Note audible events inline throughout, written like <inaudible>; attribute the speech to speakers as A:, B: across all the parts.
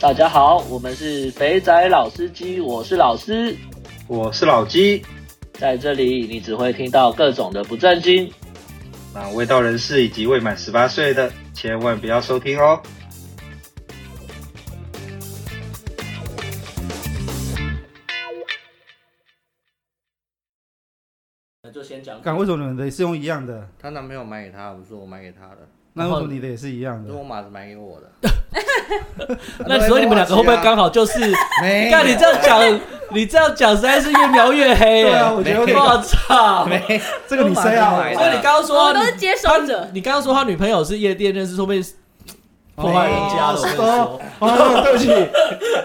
A: 大家好，我们是肥仔老司机，我是老师，
B: 我是老鸡。
A: 在这里你只会听到各种的不正经。
B: 那未到人士以及未满十八岁的，千万不要收听哦。
A: 那就先讲
C: 干，为什么你们的是用一样的？
D: 她男朋友买给她，不是我买给她的，
C: 那为什么你的也是一样
D: 是
C: 的？
D: 我马子买给我的。
E: 那所以你们两个会不会刚好 <laughs> 就是？
D: 没有
E: 看你这样讲，你这样讲实在是越描越黑、欸。
C: 对啊我觉得有点
E: 我操！
D: 没
E: <laughs>
C: 这个你谁啊
D: 我马子买
E: 所以
D: 的
E: 你刚刚说
F: 我都是
E: 你
F: 接受者
E: 他你刚刚说他女朋友是夜店认识，说不定是破坏人家的。我跟你
C: 哦
E: 说，
C: 哦，对不起，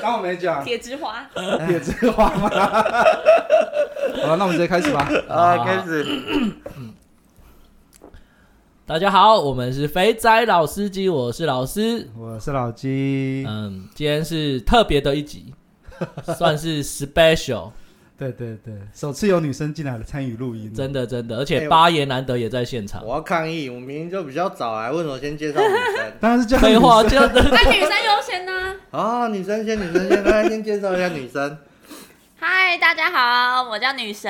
C: 刚我没讲，
F: <laughs> 铁之花，
C: 铁之花吗？ <laughs> 好了，那我们直接开始吧。
B: 啊，开始。
E: 大家好，我们是肥仔老司机，我是老师。
C: 我是老鸡，
E: 嗯，今天是特别的一 <laughs> 集，算是 special，
C: 对对对，首次有女生进来参与录音，？
E: 真的真的，而
D: 哎
E: 且
D: 我
E: 八爷难得也在现场。
D: 啊我要抗议，我明明就比较早来，为什么先介绍女生
C: <laughs> 当然是叫
E: 废话，
C: 女生
E: 就
F: 那女生优先呢？
D: 啊，女生先，女生先，大家先介绍一下
C: <laughs>
D: 女生。
F: 嗨，大家好，我叫女神。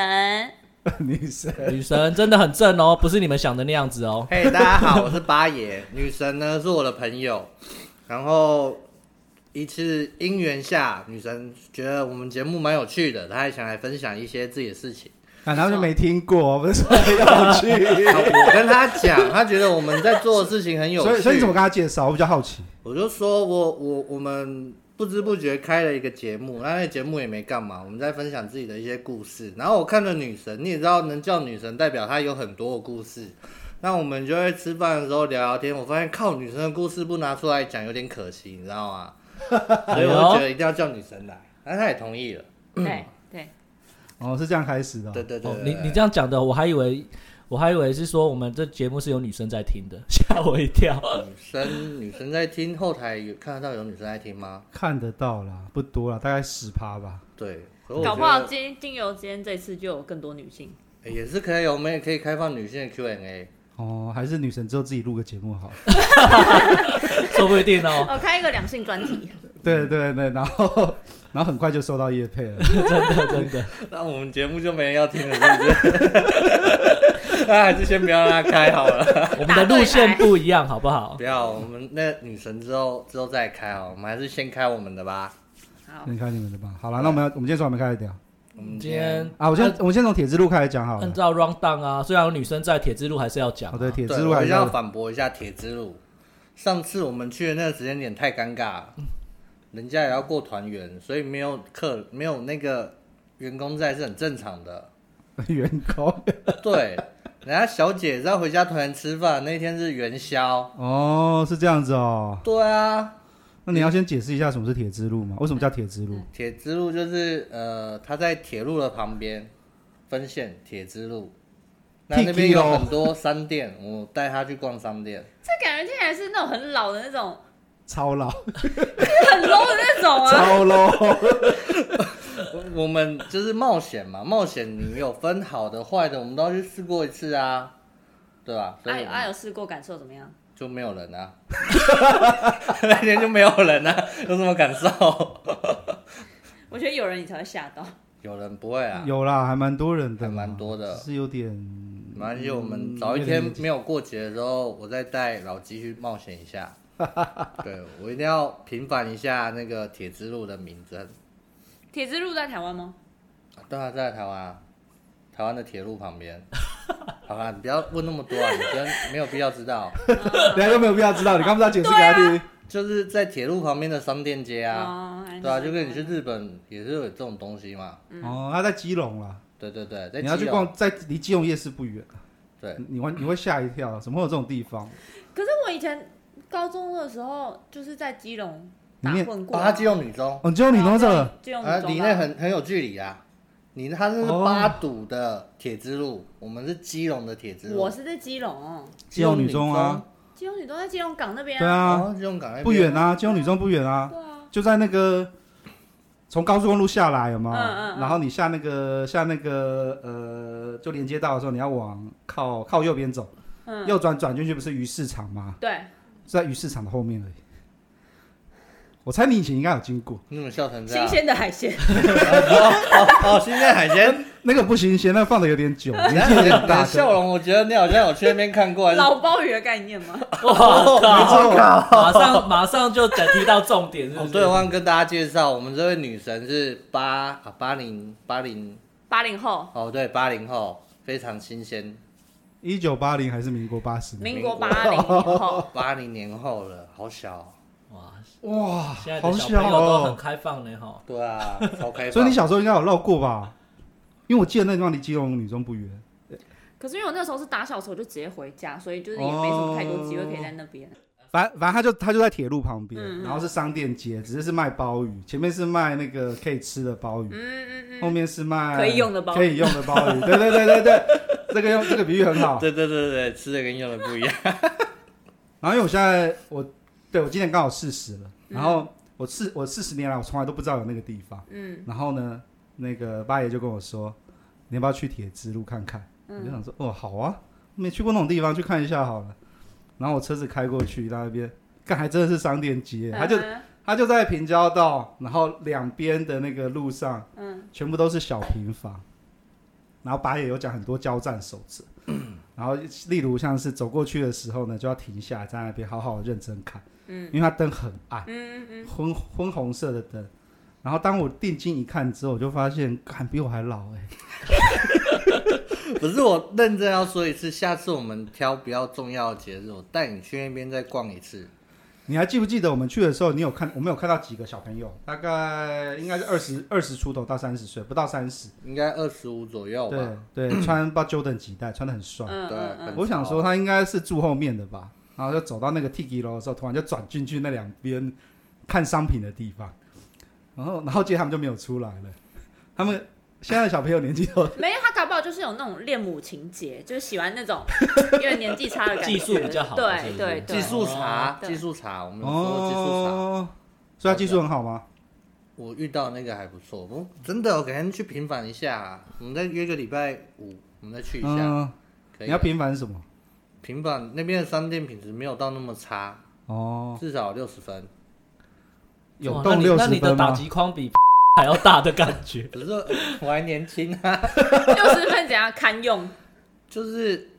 C: 女生。
E: <laughs> 女神真的很正哦，不是你们想的那样子哦。
D: 嘿、大家好，我是八爷，女神呢是我的朋友，然后一次因缘下，女神觉得我们节目蛮有趣的，她还想来分享一些自己的事情。
C: 啊，他们就没听过，不是说
E: <laughs>
C: 要去，
D: 啊我跟她讲，她觉得我们在做的事情很有趣，
C: 所以所以你怎么跟他介绍？我比较好奇。
D: 我就说我我我们不知不觉开了一个节目，那那个节目也没干嘛，我们在分享自己的一些故事。然后我看着女神，你也知道，能叫女神代表她有很多的故事。那我们就会吃饭的时候聊聊天，我发现靠女神的故事不拿出来讲有点可惜，你知道吗？所以我就觉得一定要叫女神来，那她也同意了。
F: 对对，
C: 哦，是这样开始的哦。
D: 对对对
E: 哦
D: 对，
E: 你你
D: 对
E: 这样讲的，我还以为我还以为是说我们这节目是有女生在听的，吓我一跳。
D: 女生女生在听后台有看得到有女生在听吗？
C: 看得到啦，不多啦，大概十趴吧。
D: 对，所以我
F: 搞不
D: 觉
F: 好
D: 得
F: 今天精油今天这次就有更多女性。
D: 欸也是可以，我们也可以开放女性的 Q&A。
C: 哦，还是女神之后自己录个节目好了。
D: <laughs>
E: 说不一定
F: <laughs>
E: 哦，
F: 我开一个两性专题，
D: 嗯
C: 对对对，然后 <laughs> 然后很快就收到叶配了。
E: 真的真的。
D: 那我们节目就没人要听了，是不是？ <laughs> 那还是先不要让他开好了， <laughs>
E: 我们的路线不一样，好不好
D: 不？要。我们那女神之后之后再开好，我们还是先开我们的吧。
F: 好，
C: <laughs> 你看你们的吧。好了，那我们要
D: 嗯
C: 我们今天从哪边开始聊
D: 我们
E: 今天
C: 啊？我先
D: 嗯
C: 我们先从铁之路开始讲好哦
E: 按
C: 了。
E: 照 round down 啊，虽然有女生在，铁之路还是要讲、啊。<laughs>
C: 好的，铁
D: 对
C: 之路
D: 我
C: 还
D: 一
C: 是
D: 定要反驳一下铁之路。上次我们去的那个时间点太尴尬了，人家也要过团圆，所以没有客没有那个员工在是很正常的。
C: <laughs> 员工
D: 对，人家小姐是要回家团圆吃饭，那天是元宵。
C: 哦，是这样子哦。
D: 对啊，
C: 那你要先解释一下什么是铁之路吗？为什么叫铁之路？
D: 铁之路就是呃，它在铁路的旁边分线铁之路，那那边
C: Tiki
D: 有
C: 哦
D: 很多商店，我带他去逛商店。
F: <laughs> 这感觉听起来是那种很老的那种，
C: 超
D: <laughs>
C: 老，
F: <laughs> 很 low 的那
C: <laughs>
F: 种啊。
C: 超 low。
D: 我我们就是冒险嘛，冒险你有分好的坏的，我们都要去试过一次啊，对吧？所
F: 啊
D: 以
F: 有
D: 我
F: 啊
D: 们
F: 有试过，感受怎么样？
D: 就没有人啊， <laughs> 那天就没有人啊，有什么感受？
F: 我觉得有人你才会吓到。
D: 有人不会啊，
C: 有啦，还蛮多人的
D: 还
C: 嘛，
D: 蛮多的
C: 只是有点嗯
D: 没关系，我们早一
C: 有点
D: 天没有过节的时候，我再带老鸡去冒险一下。
C: <laughs>
D: 对，我一定要平反一下那个铁之路的名字。
F: 铁之路在台湾吗？
D: 对啊，在台湾啊，台湾的铁路旁边。 <laughs> 好啦，你不要问那么多啊，你真没有必要知道。
C: 等一下又没有必要知道，你刚不是要解释给他听？
D: 就是在铁路旁边的商店街啊，
F: 哦，
D: 对啊，就跟你去日本也是有这种东西嘛。
C: 哦，他在基隆啦，
D: 对对对，啊在
C: 你要
D: 基
C: 去
D: 隆
C: 逛，在离基隆夜市不远，
D: 对，
C: 你会你会吓一跳，怎么会有这种地方？
F: 可是我以前高中的时候就是在基隆
C: 你
F: 打
C: 念
F: 混过
D: 哦，
F: 啊，
D: 它基隆女中，
C: 哦，只有你弄这个，
F: 基隆女
D: 啊，
F: 中
D: 你
F: 啊
D: 那很很有距离啊。你他是
C: 哦
D: 八堵的铁之路，我们是基隆的铁之路。
F: 我是在基隆，
C: 基隆女中啊，
F: 基隆女中在基隆港那边
C: 对
F: 啊。
C: 啊，
D: 哦，基隆港那边
C: 不远啊，基隆女中不远啊，
F: 对啊，
C: 就在那个从高速公路下来，有吗？
F: 嗯嗯嗯
C: 然后你下那个下那个呃，就连接道的时候，你要往靠靠右边走，
F: 嗯，
C: 右转转进去不是鱼市场吗？
F: 对，
C: 是在鱼市场的后面而已。我猜你以前应该有经过，
D: 你怎么笑成这样？
F: 新鲜的海鲜，
D: 哦哦哦，新鲜海鲜。
C: 那个不行，嫌那放的有点久，
D: 你
C: 年
D: 看
C: 纪有
D: 你
C: 点
D: 的
C: 大。
D: 啊笑容，我觉得你好像有去那边看
F: <laughs>
D: 过，还是
F: <laughs> 老鲍鱼的概念吗？
E: 哇靠！
C: 错，
E: 马上马上就得提到重点，是不
D: 哦
E: 是？，
D: 对，我忘了跟大家介绍，我们这位女神是八啊八零八零
F: 八零后，
D: 哦，对，八零后，非常新鲜，
C: 一九八零还是民国八十年？
F: 民国八零哦年
C: 哦
F: 后，
D: 八零年后了，好小哦，
E: 哇，
C: 哇
E: 现在，
C: 好
E: 的小
C: 小
E: 朋友都很
C: 哦！
E: 开放呢，哈。
D: 对啊，超开放。
C: 所以你小时候应该有绕过吧？因为我记得那地方离基隆女中不远。
F: <laughs> 可是因为我那时候是搭校车，我就直接回家，所以就是也没什么太多机会可以在那边。
C: 反反正他就他就在铁路旁边，
F: 嗯嗯
C: 然后是商店街，只是是卖鲍鱼，前面是卖那个可以吃的鲍鱼，
F: 嗯嗯
C: 后
F: 嗯，
C: 面是卖
F: 可以用的鲍鱼
C: 可以用的鲍鱼。对对对对对，这个用这个比喻很好。
D: 对对对对，吃的跟用的不一样。
C: 然后因为我现在我对我今年刚好四十了，然后我四我四十年来我从来都不知道有那个地方。
F: 嗯，
C: 然后呢，那个八爷就跟我说，你要不要去铁之路看看？
F: 嗯
C: 我就想说，哦，好啊，没去过那种地方，去看一下好了。然后我车子开过去到那边，看还真的是商店街，他就
F: 嗯
C: 他就在平交道，然后两边的那个路上，
F: 嗯，
C: 全部都是小平房。然后八爷有讲很多交战守则，然后例如像是走过去的时候呢，就要停下来在那边好好认真看，
F: 嗯，
C: 因为它灯很暗，
F: 嗯嗯
C: 昏昏红色的灯。然后当我定睛一看之后，我就发现，看比我还老哎、
D: <laughs> 不是我认真要说一次，下次我们挑比较重要的节日，我带你去那边再逛一次。
C: 你还记不记得我们去的时候，你有看我们有看到几个小朋友，大概应该是二十二十出头到三十岁，不到三十。
D: 应该二十五左右
C: 对
D: 吧。
C: 对，穿不知道 Jordan 几代，穿的很帅。
F: 嗯嗯
C: 我想说他应该是住后面的吧，然后就走到那个 Tiki 楼的时候，突然就转进去那两边看商品的地方，然后然后接着他们就没有出来了。他们现在的小朋友年纪都
F: 嗯，没有，他搞不好就是有那种恋母情节，就是喜欢那 <laughs> 种因为年纪差的感觉，
E: 技术比较好啊是不
F: 对
E: 是
F: 对
D: 技
F: 对，
D: 术茶，
F: 对
D: 技术茶， <laughs> 我们有说过技术茶。
C: 哦，所以他技术很好吗？
D: 我遇到那个还不错，我真的，我改天去平反一下、我们再约个礼拜五，我们再去一下。
C: 嗯，
D: 可以啊。
C: 你要平凡是什么？
D: 平反那边的商店品质没有到那么差，
C: 哦，
D: 至少六十分。
C: 有
E: 哇
C: 哦动
E: 那你
C: 六
E: 那
C: 十
E: 你的
C: 分
E: 打
C: 吗？
E: 击框比 <laughs> 还要大的感
D: <laughs>
E: 觉。
D: 可是呃我还年轻啊，
F: 六十分怎样堪用？
D: 就是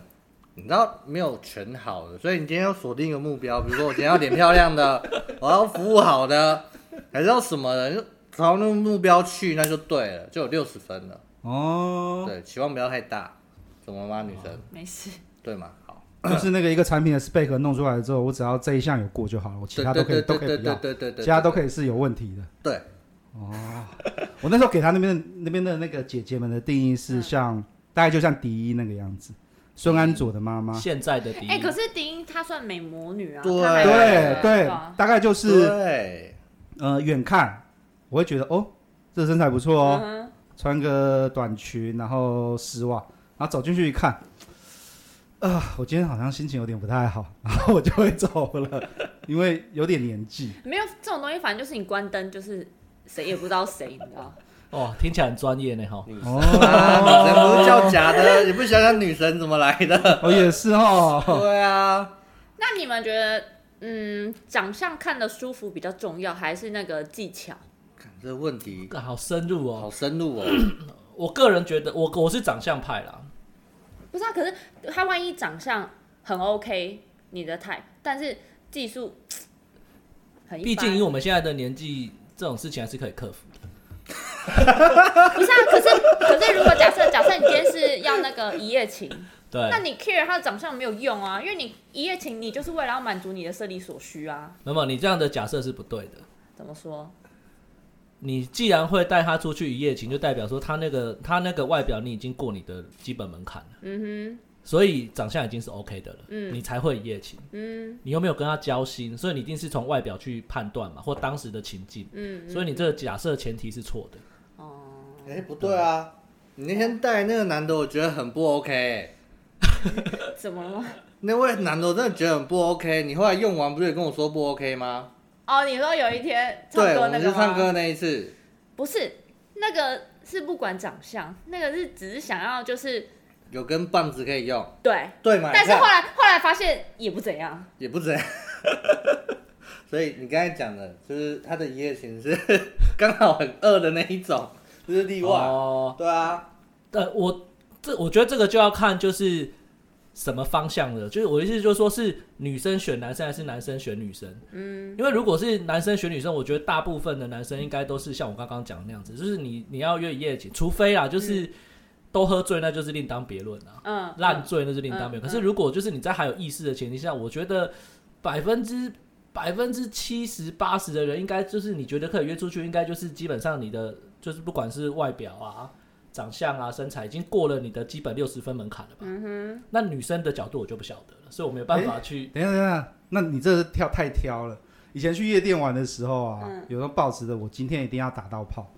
D: <clears throat> 你知道没有全好的，所以你今天要锁定一个目标，比如说我今天要脸漂亮的， <laughs> 我要服务好的，还是要什么的，就朝那个目标去，那就对了，就有六十分了。
C: 哦，
D: 对，期望不要太大，怎么了吗，女生？
F: 没事，
D: 对吗？好，
C: 就是那个一个产品的 spec 弄出来之后，我只要这一项有过就好了，我其
D: 对
C: 他
D: 对
C: 都可以
D: 对
C: 都
D: 对
C: 可以
D: 对
C: 不
D: 对
C: 要，
D: 对对对，
C: 其他都
D: 以。
C: 可以是有问题的。
D: 对，
C: 我那时候给他那边的那边的那个姐姐们的定义
F: 嗯
C: 是像、大概就像迪一那个样子，孙安佐的妈妈，
E: 现在的敌
F: 哎，可
E: 人，
F: 是迪英她算美魔女啊，
D: 对
F: 她还
C: 对
F: 有
C: 对
F: 啊
C: 大概就是
D: 对，
C: 呃远看我会觉得哦，这身材不错哦，
F: 嗯哼
C: 穿个短裙然后丝袜，然后走进去一看。啊、我今天好像心情有点不太好， <laughs> 然后我就会走了，因为有点年纪。
F: 没有这种东西，反正就是你关灯，就是谁也不知道谁，你知道？
E: 哇，哦听起来很专业呢，哈。
C: 哦，
D: 啊，女神不是叫假的，你不想想女神怎么来的？
C: 哦也是哦，
D: 对啊，
F: 那你们觉得，嗯，长相看得舒服比较重要，还是那个技巧？
D: 看这个问题
E: 干好深入
D: 好
E: 哦，
D: 深入哦。
E: 我个人觉得我我是长相派啦，
F: 不是啊，可是他万一长相很 OK，你的 type，但是技术很一般
E: 毕竟以我们现在的年纪，这种事情还是可以克服的。
F: 不是啊，可是可是如果假设假设你今天是要那个一
D: <laughs>
F: 夜情，
E: 对
F: 那，你 care 他的长相没有用啊，因为你一夜情你就是为了要满足你的生理所需啊。
E: 那么你这样的假设是不对的。
F: 怎么说？
E: 你既然会带他出去一夜情，就代表说他那个他那个外表你已经过你的基本门槛了，
F: 嗯
E: 所以长相已经是 OK 的了，
F: 嗯
E: 你才会一夜情。
F: 哼，嗯
E: 你又没有跟他交心，所以你一定是从外表去判断嘛，或当时的情境。
F: 嗯，
E: 所以
F: 以
E: 你这个假设前提是错的。
F: 哦，
D: 哎，不对啊，你那天带那个男的，我觉得很不 OK。
F: 怎么了吗？
D: 那位男的我真的觉得很不 OK。你后来用完不是也跟我说不 OK 吗？
F: 哦，你说有一天唱
D: 对，
F: 歌
D: 我
F: 那
D: 们
F: 个
D: 就
F: 吗
D: 唱歌那一次。
F: 不是那个是不管长相，那个是只是想要就是
D: 有根棒子可以用，
F: 对，
D: 对嘛？
F: 但是
D: 你看
F: 后来后来发现也不怎样，
D: 也不怎样， <laughs> 所以你刚才讲的就是他的一夜情是 <laughs> 刚好很饿的那一种，就是例外。
E: 哦，
D: 对啊，
E: 但呃我这我觉得这个就要看就是什么方向了，就是我的意思就是说是女生选男生还是男生选女生。
F: 嗯，
E: 因为如果是男生选女生，我觉得大部分的男生应该都是像我刚刚讲的那样子，就是你你要约一夜情，除非啦，就是都喝醉，那就是另当别论啦，
F: 嗯，
E: 烂醉那是另当别论。
F: 嗯
E: 可是如果就是你在还有意识的前提下，我觉得百分之百分之七十八十的人，应该就是你觉得可以约出去，应该就是基本上你的就是不管是外表啊、长相啊、身材，已经过了你的基本六十分门槛了吧？
F: 嗯
E: 那女生的角度我就不晓得了，所以我没有办法去。
C: 等一下，等一下，那你这是挑太挑了。以前去夜店玩的时候啊，有人抱持着我今天一定要打到炮，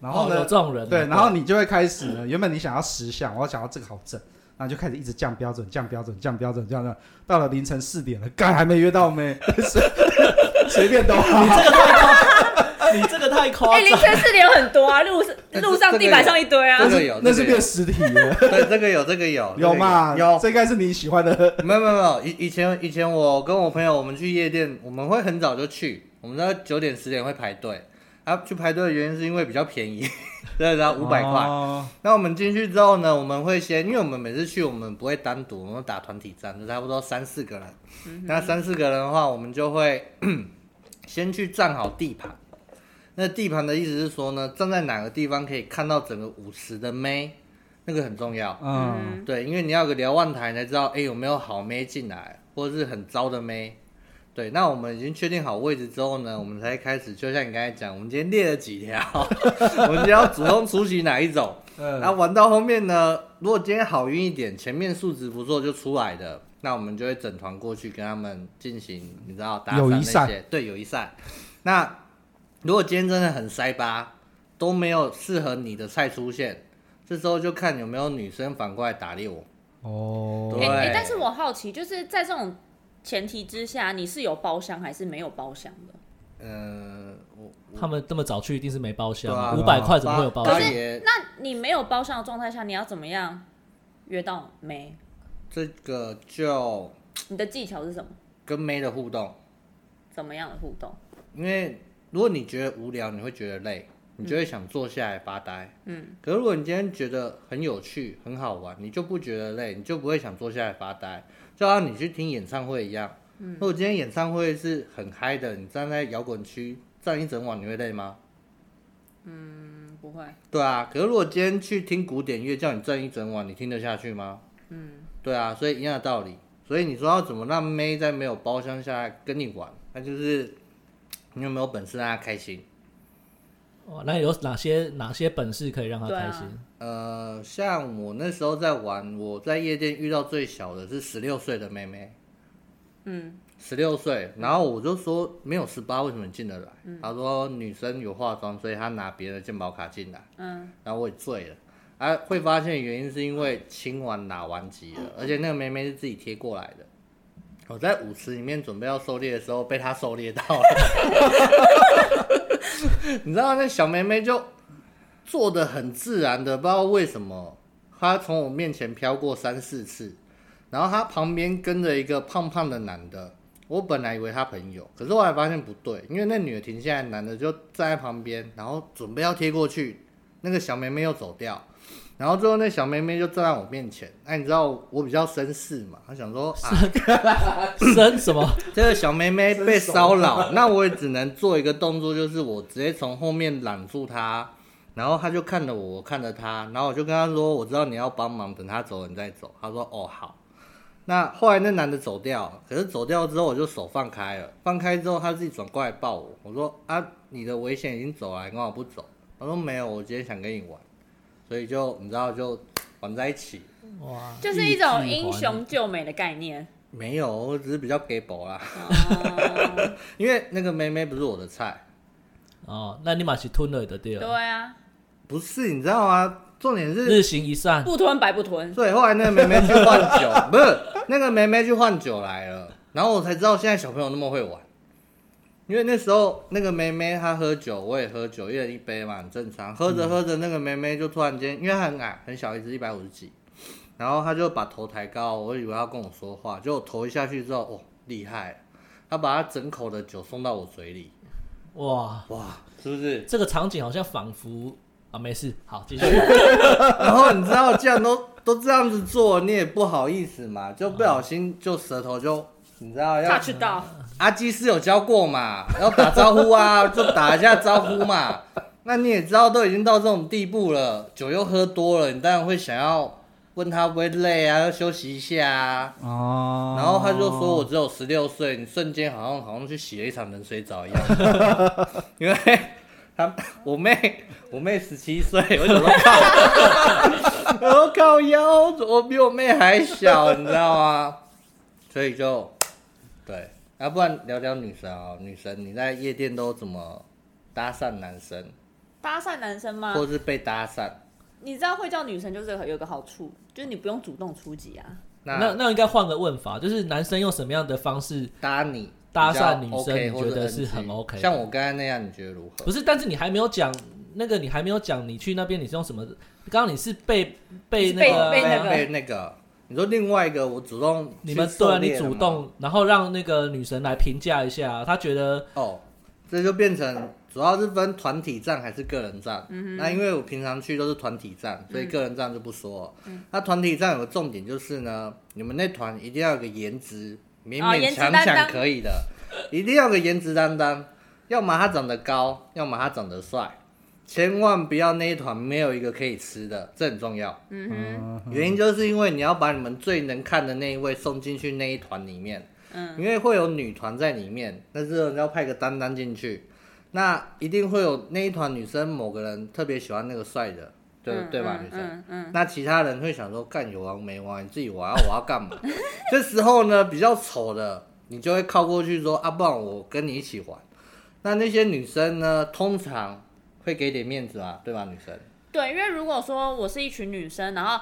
C: 然
E: 哦
C: 后
E: 有
C: 呢，
E: 这种人啊，
C: 对，然后你就会开始呢，原本你想要十项，我要想要这个好正，然后就开始一直降标准、降标准、降标准，这样的，到了凌晨四点了，干还没约到没， <laughs> 随随便都好。
E: <laughs> 你这个太夸
F: 哎，
E: 张
F: 凌。晨四点有很
D: <laughs>
F: 多啊，路
D: 但是
F: 路
D: 这
F: 上、
D: 个
F: 地板上一堆啊
C: 那。
D: 这个
C: 是
D: 有
C: 那是
D: 这个有
C: 变实体了，
D: 对，这个有，这个有，这个
C: 有嘛？
D: 有，
C: 这应该是你喜欢的。
D: 没有没有没有，以以前以前我跟我朋友我们去夜店，我们会很早就去，我们大概九点十点会排队。啊，去排队的原因是因为比较便宜， <laughs> 对，然后五百块。
C: 哦
D: 那我们进去之后呢，我们会先，因为我们每次去我们不会单独，我们打团体战，就差不多三四个人。那三四个人的话，我们就会 <clears throat> 先去站好地盘。那地盘的意思是说呢，站在哪个地方可以看到整个舞池的妹，那个很重要。
C: 嗯，
D: 对，因为你要有个瞭望台，你才知道哎、诶有没有好妹进来，或者是很糟的妹。对，那我们已经确定好位置之后呢，我们才开始。就像你刚才讲，我们今天列了几条， <laughs> 我们今天要主动出席哪一种？
C: 嗯
D: 然后玩到后面呢，如果今天好运一点，前面素质不错就出来的，那我们就会整团过去跟他们进行，你知道打
C: 友谊
D: 那
C: 赛
D: 些，对友谊赛。那如果今天真的很塞吧，都没有适合你的菜出现，这时候就看有没有女生反过来打猎我。
C: 哦，
F: 哎哎
D: 对，
F: 但是我好奇，就是在这种前提之下，你是有包厢还是没有包厢的？
D: 嗯、我
E: 他们这么早去一定是没包厢啊，
D: 对
E: 五
D: 啊
E: 百块怎么会有包
D: 八
E: 厢
F: 可？是
D: 爷
F: 那你没有包厢的状态下，你要怎么样约到没？
D: 这个就
F: 你的技巧是什么？
D: 跟妹的互动，
F: 怎么样的互动？
D: 因为如果你觉得无聊，你会觉得累，你就会想坐下来发呆。
F: 嗯，
D: 可是如果你今天觉得很有趣、很好玩，你就不觉得累，你就不会想坐下来发呆，就像你去听演唱会一样。嗯，如果今天演唱会是很嗨的，你站在摇滚区站一整晚，你会累吗？
F: 嗯，不会。
D: 对啊，可是如果今天去听古典乐，叫你站一整晚，你听得下去吗？嗯，对啊，所以一样的道理。所以你说要怎么让妹在没有包厢下跟你玩，那就是你有没有本事让她开心。
E: 哇那有哪些哪些本事可以让他
F: 对
E: 开
F: 啊
E: 心？
D: 呃，像我那时候在玩，我在夜店遇到最小的是十六岁的妹妹，
F: 嗯，
D: 十六岁，然后我就说没有十八，为什么你进得来？
F: 嗯
D: 她说女生有化妆，所以她拿别人的健保卡进来。
F: 嗯，
D: 然后我也醉了。啊，会发现原因是因为清完打完急了，而且那个妹妹是自己贴过来的。我在舞池里面准备要狩猎的时候，被她狩猎到了。 <laughs> 你知道那小妹妹就做的很自然的，不知道为什么，她从我面前飘过三四次，然后她旁边跟着一个胖胖的男的。我本来以为她朋友，可是后来发现不对，因为那女的停下来，男的就站在旁边，然后准备要贴过去，那个小妹妹又走掉，然后最后那小妹妹就站在我面前。那、你知道我比较绅士嘛？她想说啊，
F: 啊
E: 生什么？
D: 这个小妹妹被骚扰，那我也只能做一个动作，就是我直接从后面揽住她，然后她就看着我，我看着她，然后我就跟她说：“我知道你要帮忙，等她走了你再走。”她说：“哦，好。”那后来那男的走掉了，可是走掉之后我就手放开了，放开之后他自己转过来抱我，我说：“啊，你的危险已经走了，你干嘛不走？”他说：“没有，我今天想跟你玩，所以就你知道就玩在一起。”
E: 哇，
F: <laughs> 就是一种英雄救美的概念。
D: 没有，我只是比较 gay 薄啦，
F: 哦，
D: <laughs> 因为那个妹妹不是我的菜。
E: 哦，那你马是吞了的对
F: 对
E: 了，
F: 啊，
D: 不是，你知道吗？重点是，
E: 日行一善，
F: 不吞白不吞。
D: 所以后来那个妹妹去换酒，不是那个妹妹去换酒来了，然后我才知道现在小朋友那么会玩，因为那时候那个妹妹她喝酒，我也喝酒，一人一杯嘛，很正常。喝着喝着，那个妹妹就突然间，因为她很矮，很小一只，一百五十几，然后她就把头抬高，我以为要跟我说话，结果头一下去之后，哦，厉害！他把他整口的酒送到我嘴里，
E: 哇，
D: 哇，是不是？
E: 这个场景好像仿佛啊，没事，好继续。
D: 然后你知道，既然都都这样子做，你也不好意思嘛，就不小心就舌头就，你知道要
F: 他知道，
D: 阿基师有教过嘛，要打招呼啊， <laughs> 就打一下招呼嘛。那你也知道，都已经到这种地步了，酒又喝多了，你当然会想要问他会不会累啊，要休息一下啊。
C: 哦，
D: 然后他就说我只有十六岁，你瞬间好像好像去洗了一场冷水澡一样，因为他我妹我妹十七岁，我怎么靠，我说靠腰，我比我妹还小，你知道吗？所以就对，要、不然聊聊女神啊、女神你在夜店都怎么搭讪男生，
F: 搭讪男生
E: 啊
F: 吗？
D: 或是被搭讪？
F: 你知道会叫女生就是有一个好处，就是你不用主动出击啊。
E: 那那应该换个问法，就是男生用什么样的方式？
D: 搭你
E: 搭
D: 比较
E: 讪女生
D: OK
E: 你
D: 或者
E: 觉得是
D: NG
E: 很 OK 的
D: 像我刚才那样，你觉得如何？
E: 不是，但是你还没有讲那个，你还没有讲你去那边你是用什么？刚刚你是被被那个
F: 被那
D: 呃被
F: 个
D: 被那个，你说另外一个我主动去
E: 你们对啊，
D: 狩猎
E: 你
D: 了嘛
E: 主动，然后让那个女神来评价一下，啊她觉得 <laughs>
D: 哦，这就变成主要是分团体战还是个人战。嗯、那因为我平常去都是团体战，所以
F: 嗯
D: 个人战就不说了。那团体战有个重点就是呢，你们那团一定要有个颜值，勉
F: 哦
D: 勉
F: 颜值
D: 强
F: 担
D: 强
F: 当
D: 可以的，一定要有个颜值担当，要么他长得高，要么他长得帅。千万不要那一团没有一个可以吃的，这很重要。
C: 嗯
D: 原因就是因为你要把你们最能看的那一位送进去那一团里面，
F: 嗯，
D: 因为会有女团在里面，但是要派个丹丹进去，那一定会有那一团女生某个人特别喜欢那个帅的，对、
F: 嗯
D: 对吧？
F: 嗯
D: 女生，
F: 嗯嗯，
D: 那其他人会想说，干有完没完？你自己玩啊，我要干嘛？ <laughs> 这时候呢，比较丑的，你就会靠过去说，啊，不然我跟你一起玩。那那些女生呢，通常会给点面子啊嘛，对吧？女生，
F: 对，因为如果说我是一群女生，然后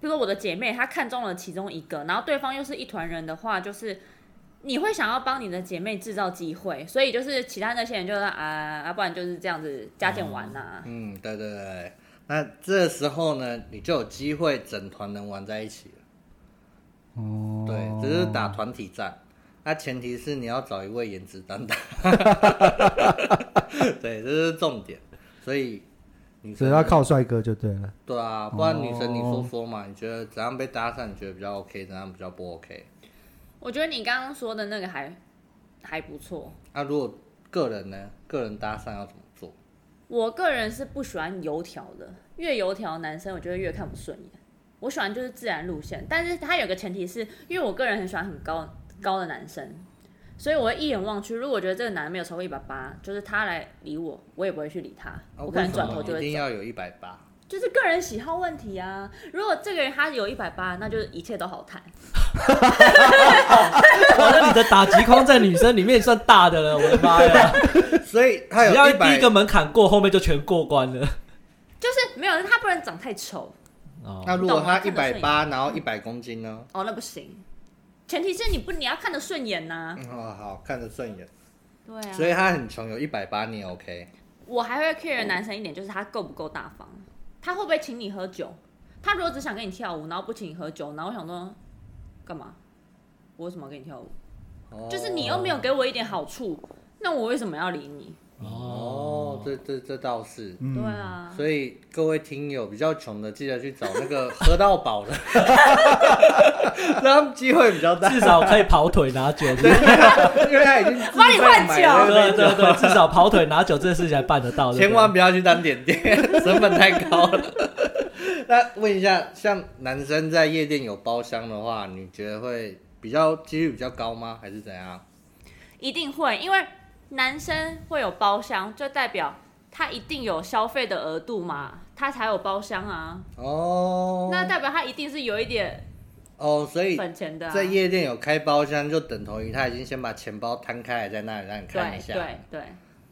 F: 比如说我的姐妹她看中了其中一个，然后对方又是一团人的话，就是你会想要帮你的姐妹制造机会，所以就是其他那些人就是啊啊，不然就是这样子加减玩啊呐、
D: 嗯，对对对。那这时候呢，你就有机会整团能玩在一起了。
C: 哦，
D: 对，只是打团体战，那、前提是你要找一位颜值担当。对，这是重点。所以女
C: 所
D: 生
C: 以要靠帅哥就对了。
D: 对啊，不然女
C: 哦
D: 生你说说嘛，你觉得怎样被搭讪，你觉得比较 OK，怎样比较不 OK？
F: 我觉得你刚刚说的那个还还不错，
D: 那、如果个人呢，个人搭讪要怎么做？
F: 我个人是不喜欢油条的，越油条的男生我就会越看不顺眼。我喜欢就是自然路线，但是他有个前提是因为我个人很喜欢很高高的男生，所以我会一眼望去。如果我觉得这个男的没有超过一百八，就是他来理我，我也不会去理他，
D: 啊
F: 我可能转
D: 为
F: 头
D: 什
F: 就
D: 么一
F: 会
D: 定
F: 走。
D: 要有一百八。
F: 就是个人喜好问题啊。如果这个人他有一百八，那就是一切都好谈。
E: 哇，那你的打击框在女生里面算大的了，我的妈呀！
D: <laughs> 所以他有
E: 只要
D: 一
E: 第
D: 百
E: 一个，门槛过，后面就全过关
D: <laughs>
E: 了。
F: 就是没有，他不能长太丑
E: 哦，
D: 那如果他一
F: 懂啊我看得
D: 百
F: 顺
D: 八，然后一百公斤呢？
F: 哦，那不行。前提是你不你要看得顺眼呐、
D: 嗯哦，好看得顺眼，
F: 对啊。
D: 所以他很穷，有一百八你也 OK。
F: 我还会 care 男生一点，就是他够不够大方，他会不会请你喝酒？他如果只想跟你跳舞，然后不请你喝酒，然后我想说，干嘛？我为什么要跟你跳舞？
D: 哦
F: 就是你又没有给我一点好处，那我为什么要理你？
D: 哦，这这这倒是。
C: 嗯
F: 对，啊，
D: 所以各位听友比较穷的，记得去找
E: <laughs>
D: 那个喝到饱的，让他们机会比较大。
E: 至少可以跑腿拿
D: <laughs>
E: 酒，对
D: 因为他已经自
F: 帮你换
D: 费买了
E: 对
D: 那
E: 对
D: 个
E: 对，至少跑腿拿酒这件事情还办得到。对不对
D: 千万不要去单点
E: <laughs>
D: 店，成本太高了。 <laughs> 那问一下，像男生在夜店有包厢的话，你觉得会比较几率比较高吗？还是怎样？
F: 一定会，因为男生会有包厢，就代表他一定有消费的额度嘛，他才有包厢啊。
D: 哦，
F: 那代表他一定是有一点
D: 哦，所以
F: 本钱的、啊。
D: 在夜店有开包厢，就等同于他已经先把钱包摊开来，在那里让你看一
F: 对
D: 下。
F: 对对，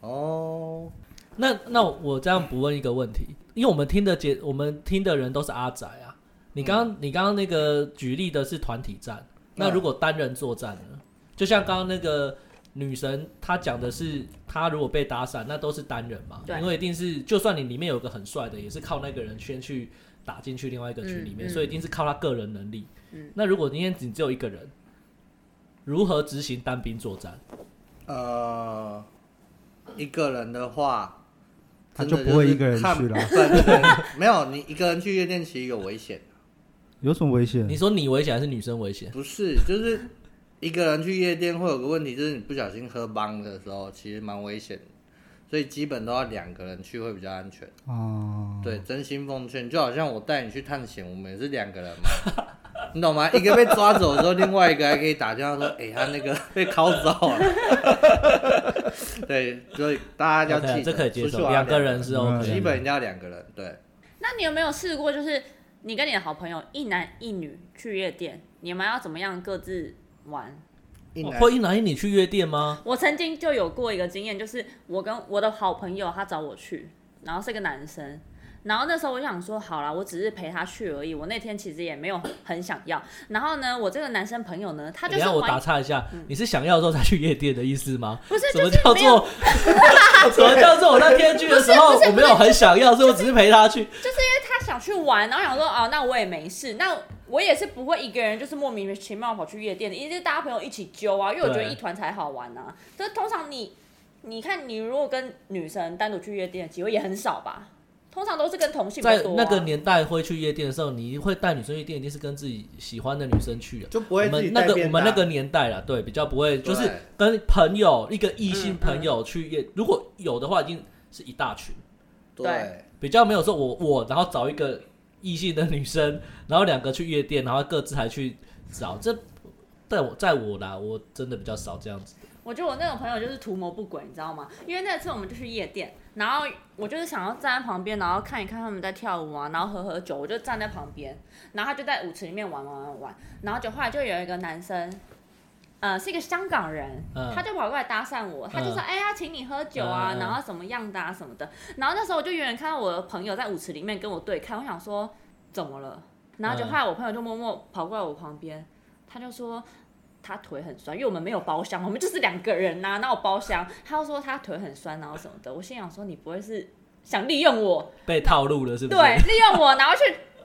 D: 哦，
E: 那那我这样不问一个问题，因为我们听的节，我们听的人都是阿宅啊。你刚、
F: 嗯
E: 你刚刚那个举例的是团体战，那如果单人作战呢？就像刚刚那个女神她讲的是，她如果被打散，那都是单人嘛，
F: 对
E: 因为一定是就算你里面有个很帅的，也是靠那个人先去打进去另外一个群里面，
F: 嗯嗯
E: 所以一定是靠他个人能力。
F: 嗯
E: 那如果今天只只有一个人，如何执行单兵作战？
D: 呃，一个人的话，
C: 他
D: 真的
C: 就不会
D: 是
C: 一个人
D: 看
C: 去了
D: 本人没有，你一个人去夜店其实有
C: <laughs>
D: 危险，
C: 有什么危险
E: 你？说你危险还是女生危险？
D: 不是，就是一个人去夜店会有个问题，就是你不小心喝帮的时候，其实蛮危险的，所以基本都要两个人去会比较安全。
E: 嗯
C: 哦，
D: 对，真心奉劝，就好像我带你去探险，我们也是两个人嘛， <laughs> 你懂吗？一个被抓走之后，另外一个还可以打电话说：“哎、他
E: <laughs>
D: 那个被铐走了。”对，所以大家要
E: OK，
D: 记得
E: 这可以接
D: 出去
E: 受，
D: 玩
E: 两个人是
C: 两个人
E: OK 的。
D: 基本一定要两个人。对，
F: 那你有没有试过，就是你跟你的好朋友一男一女去夜店，你们要怎么样各自玩？
D: 一
F: 嗯
D: 男
E: 会一男一女去夜店吗？
F: 我曾经就有过一个经验，就是我跟我的好朋友他找我去，然后是个男生。然后那时候我就想说，好啦，我只是陪他去而已。我那天其实也没有很想要。然后呢，我这个男生朋友呢，他
E: 等一
F: 就是
E: 下我打
F: 玩，
E: 岔一下，你是想要的时候才去夜店的意思吗？
F: 不是
E: 什么
F: 就是
E: 叫
F: 没有
E: 做 <laughs> 什么叫做我那天去的时候我没有很想要，所以我只是陪他去。
F: 他想去玩，然后想说啊，那我也没事，那我也是不会一个人就是莫名其妙跑去夜店的，一定是大家朋友一起揪啊，因为我觉得
E: 对
F: 一团才好玩啊。就是通常你，你看你如果跟女生单独去夜店的机会也很少吧，通常都是跟同性比较
E: 在
F: 多啊、
E: 那个年代会去夜店的时候，你会带女生去夜店，一定是跟自己喜欢的女生去啊。
D: 就不
E: 我
D: 会自己
E: 们那个
D: 带便
E: 我们那
D: 当
E: 个年代啦，对，比较不会，
D: 对
E: 就是跟朋友一个异性朋友
F: 嗯
E: 去夜，如果有的话，已经是一大群，
D: 对
F: 对
E: 比较没有说我我然后找一个异性的女生，然后两个去夜店，然后各自还去找这。在我在我啦，我真的比较少这样子。
F: 我觉得我那个朋友就是图谋不轨，你知道吗？因为那次我们就去夜店，然后我就是想要站在旁边，然后看一看他们在跳舞啊，然后喝喝酒，我就站在旁边，然后他就在舞池里面玩玩玩玩，然后就后来就有一个男生。呃，是一个香港人，
E: 嗯
F: 他就跑过来搭讪我，他就说：“
E: 嗯
F: 哎呀，请你喝酒啊，
E: 嗯嗯嗯
F: 然后怎么样的啊什么的。”然后那时候我就远远看到我的朋友在舞池里面跟我对看，我想说怎么了？然后就
E: 嗯
F: 后来我朋友就默默跑过来我旁边，他就说：“他腿很酸，因为我们没有包厢，我们就是两个人呐、哪有包厢？他又说他腿很酸，然后什么的。我心想说，你不会是想利用我？
E: 被套路了是不是？
F: 对，利用我，然后去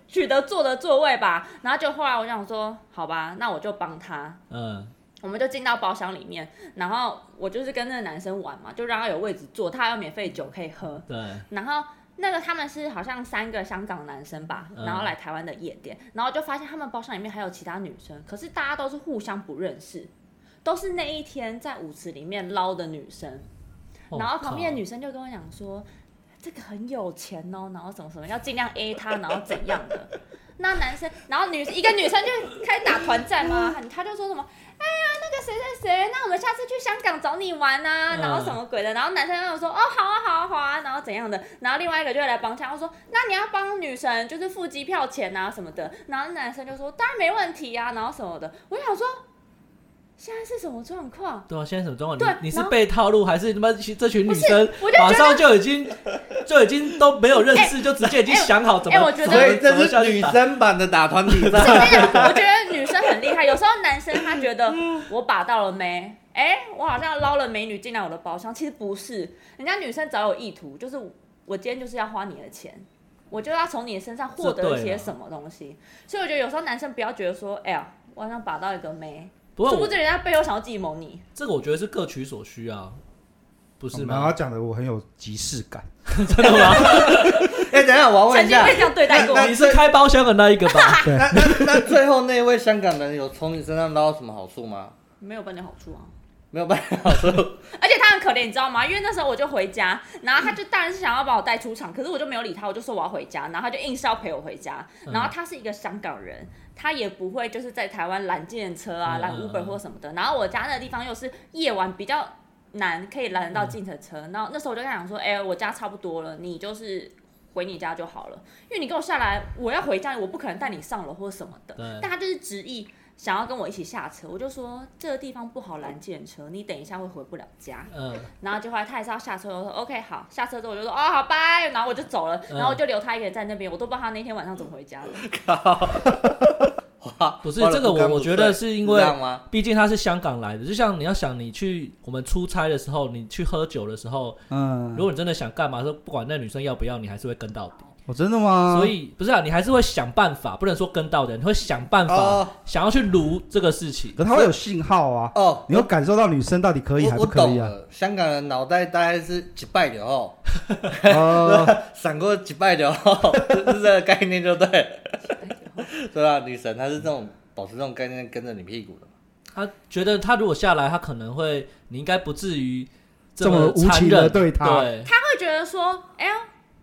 F: 取得坐的座位吧。然后就后来我想说，好吧，那我就帮他。
E: 嗯，
F: 我们就进到包厢里面，然后我就是跟那个男生玩嘛，就让他有位置坐，他还有免费酒可以喝。
E: 对，
F: 然后那个他们是好像三个香港男生吧，
E: 嗯
F: 然后来台湾的夜店，然后就发现他们包厢里面还有其他女生，可是大家都是互相不认识，都是那一天在舞池里面捞的女生。
E: 哦
F: 然后旁边
E: 靠
F: 的女生就跟我讲说，这个很有钱哦，然后什么什么要尽量 A 他，然后怎样的。 <laughs> 那男生，然后女一个女生就开始打团战嘛，
E: 嗯
F: 他就说什么，哎呀，那个谁谁谁，那我们下次去香港找你玩啊，
E: 嗯
F: 然后什么鬼的，然后男生就说，哦，好啊，好啊，好啊，然后怎样的，然后另外一个就会来帮腔，他说，那你要帮女神就是付机票钱啊什么的，然后男生就说，当然没问题啊，然后什么的，我想说，现在是什么状况？
E: 对啊，现在什么状况？
F: 对
E: 你你是
F: 然后
E: 被套路，还是他妈这群女生
F: 我就觉得
E: 马上就已经就已经都没有认识，就直接已经想好怎么？
F: 哎我觉得
E: 怎么
D: 所以
E: 怎么
D: 这
E: 下
D: 是
E: 去
D: 女
E: 打
D: 生版的打团体
F: <laughs> 我跟
E: <laughs>
D: 战。
F: 你讲，我觉得女生很厉害，有时候男生他觉得我把到了没，哎、我好像捞了美女进来我的包厢，其实不是，人家女生早有意图，就是我今天就是要花你的钱，我就要从你身上获
E: 这
F: 得
E: 对
F: 一
E: 啊
F: 些什么东西， <laughs> 所以我觉得有时候男生不要觉得说，哎、呀，我好像把到一个没，
E: 不过
F: 殊不
E: 我
F: 知人家背后想要计谋你，
E: 这个我觉得是各取所需啊，不是
F: 哦
C: 然后
E: 吗
F: 啊
C: 他？讲的我很有即视感，
D: 哎、等一下，我要问
F: 曾
D: 一
F: 经
D: 下
F: 被，这样对待 <laughs> 过。
E: 你是开包厢的那一个
F: <laughs>
E: 吧？
C: 对，
D: 那那那最后那位香港人有从你身上捞到什么好处吗？
F: 没有半点好处啊！
D: 没有半点好处。
F: 而且他很可怜，你知道吗？因为那时候我就回家，然后他就当然是想要把我带出场，可是我就没有理他，我就说我要回家，然后他就硬是要陪我回家。
E: 嗯
F: 然后他是一个香港人，他也不会就是在台湾拦计程车啊、
E: 嗯
F: 拦
E: 嗯
F: Uber
E: 嗯
F: 或什么的。然后我家那个地方又是夜晚比较难可以拦得到计程车，然后那时候我就跟他讲说，哎、我家差不多了，你就是回你家就好了，因为你跟我下来，我要回家，我不可能带你上楼或什么的。
E: 对
F: 但他就是执意想要跟我一起下车，我就说这个地方不好拦计程车，你等一下会回不了家。
E: 嗯，
F: 然后就后来他还是要下车，我说 OK 好，下车之后我就说哦好拜，然后我就走了，
E: 嗯
F: 然后我就留他一个人在那边，我都不知道他那天晚上怎么回家的。
E: 不是
D: 花了
E: 这个
D: 干
E: 我
D: 不
E: 我觉得
D: 对
E: 是因
D: 你
E: 为
D: 知道吗？
E: 毕竟他是香港来的，就像你要想你去我们出差的时候，你去喝酒的时候，
C: 嗯
E: 如，果你真的想干嘛，说不管那女生要不要，你还是会跟到底。
C: 哦，真的吗？
E: 所以不是啊，你还是会想办法，不能说跟到的人，你会想办法、
D: 哦
E: 想要去撸这个事情。
C: 可他会有信号啊，
D: 哦，
C: 你要感受到女生到底可以还
D: 我我
C: 不可
D: 懂
C: 以啊？
D: 了，香港人脑袋大概是几拜的哦，
C: 哦，
D: <laughs> 闪过几拜的哦， <laughs> 是这个概念就对了，对吧？女神她是这种保持这种概念跟着你屁股的，
E: 他觉得他如果下来，他可能会，你应该不至于
C: 这么无
E: 残
C: 情
E: 忍
C: 地对他
E: 对，
F: 他会觉得说，哎呀，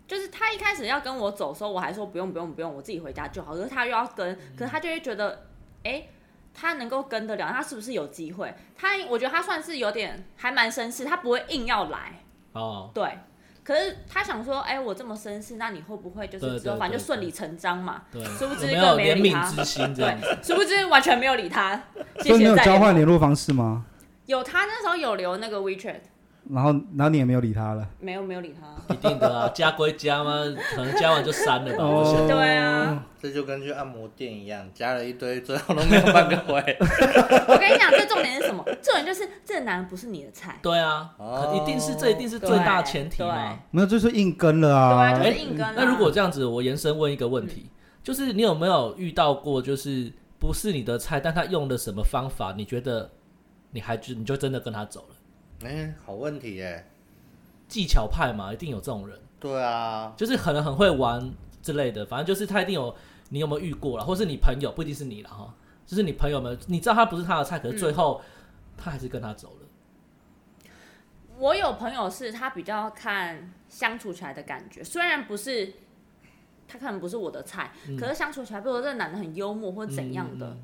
F: 就是他一开始要跟我走的时候，我还说不用不用不用，我自己回家就好。可是他又要跟，可是他就会觉得，哎，他能够跟得了，他是不是有机会？他我觉得他算是有点还蛮绅士，他不会硬要来，
E: 哦，
F: 对。可是他想说，哎、我这么绅士，那你会不会就
E: 对
F: 是之后
E: 对
F: 反正
E: 对
F: 就顺理成章嘛？
E: 对，
F: 殊不知
E: 有没
F: 根本
E: 有
F: 没
E: 怜
F: 理他
E: 悯之心这样
F: 对
E: 子？，
F: 殊不知完全没有
C: <laughs>
F: 理他。谢
C: 所以你
F: 谢
C: 有
F: 再
C: 交
F: 联
C: 换
F: 络
C: 联络方式吗？
F: 有他那时候有留那个 WeChat，
C: 然后，然后你也没有理他了。
F: 没有没有理他。
C: 哦
E: 一定的啊，加归加嘛，可能加完就删了吧。我想
C: 哦，
F: 对啊，
D: 这就跟去按摩店一样，加了一堆，最后都没有半个
C: <laughs>
D: 回。
F: 我跟你讲，这重点是什么？重点就是这男人不是你的菜。
E: 对啊，
D: 哦
E: 可一定是这一定是最大的前提嘛。
C: 没有，就是硬跟了
F: 哦对嗯啊，
C: 啊。
F: 就是硬跟啊。
E: 哎那如果这样子，我延伸问一个问题，就是你有没有遇到过，就是不是你的菜，但他用了什么方法，你觉得你还就你就真的跟他走了？
D: 哎、好问题耶。
E: 技巧派嘛，一定有这种人，
D: 对
F: 哦
D: 啊，
E: 就是可能很会玩之类的，反正就是他一定有，你有没有遇过啦，或是你朋友，不一定是你了哈，就是你朋友们，你知道他不是他的菜，可是最后、
F: 嗯
E: 他还是跟他走了。
F: 我有朋友是他比较看相处起来的感觉，虽然不是他可能不是我的菜，可是相处起来，比如说这个男的很幽默或怎样的，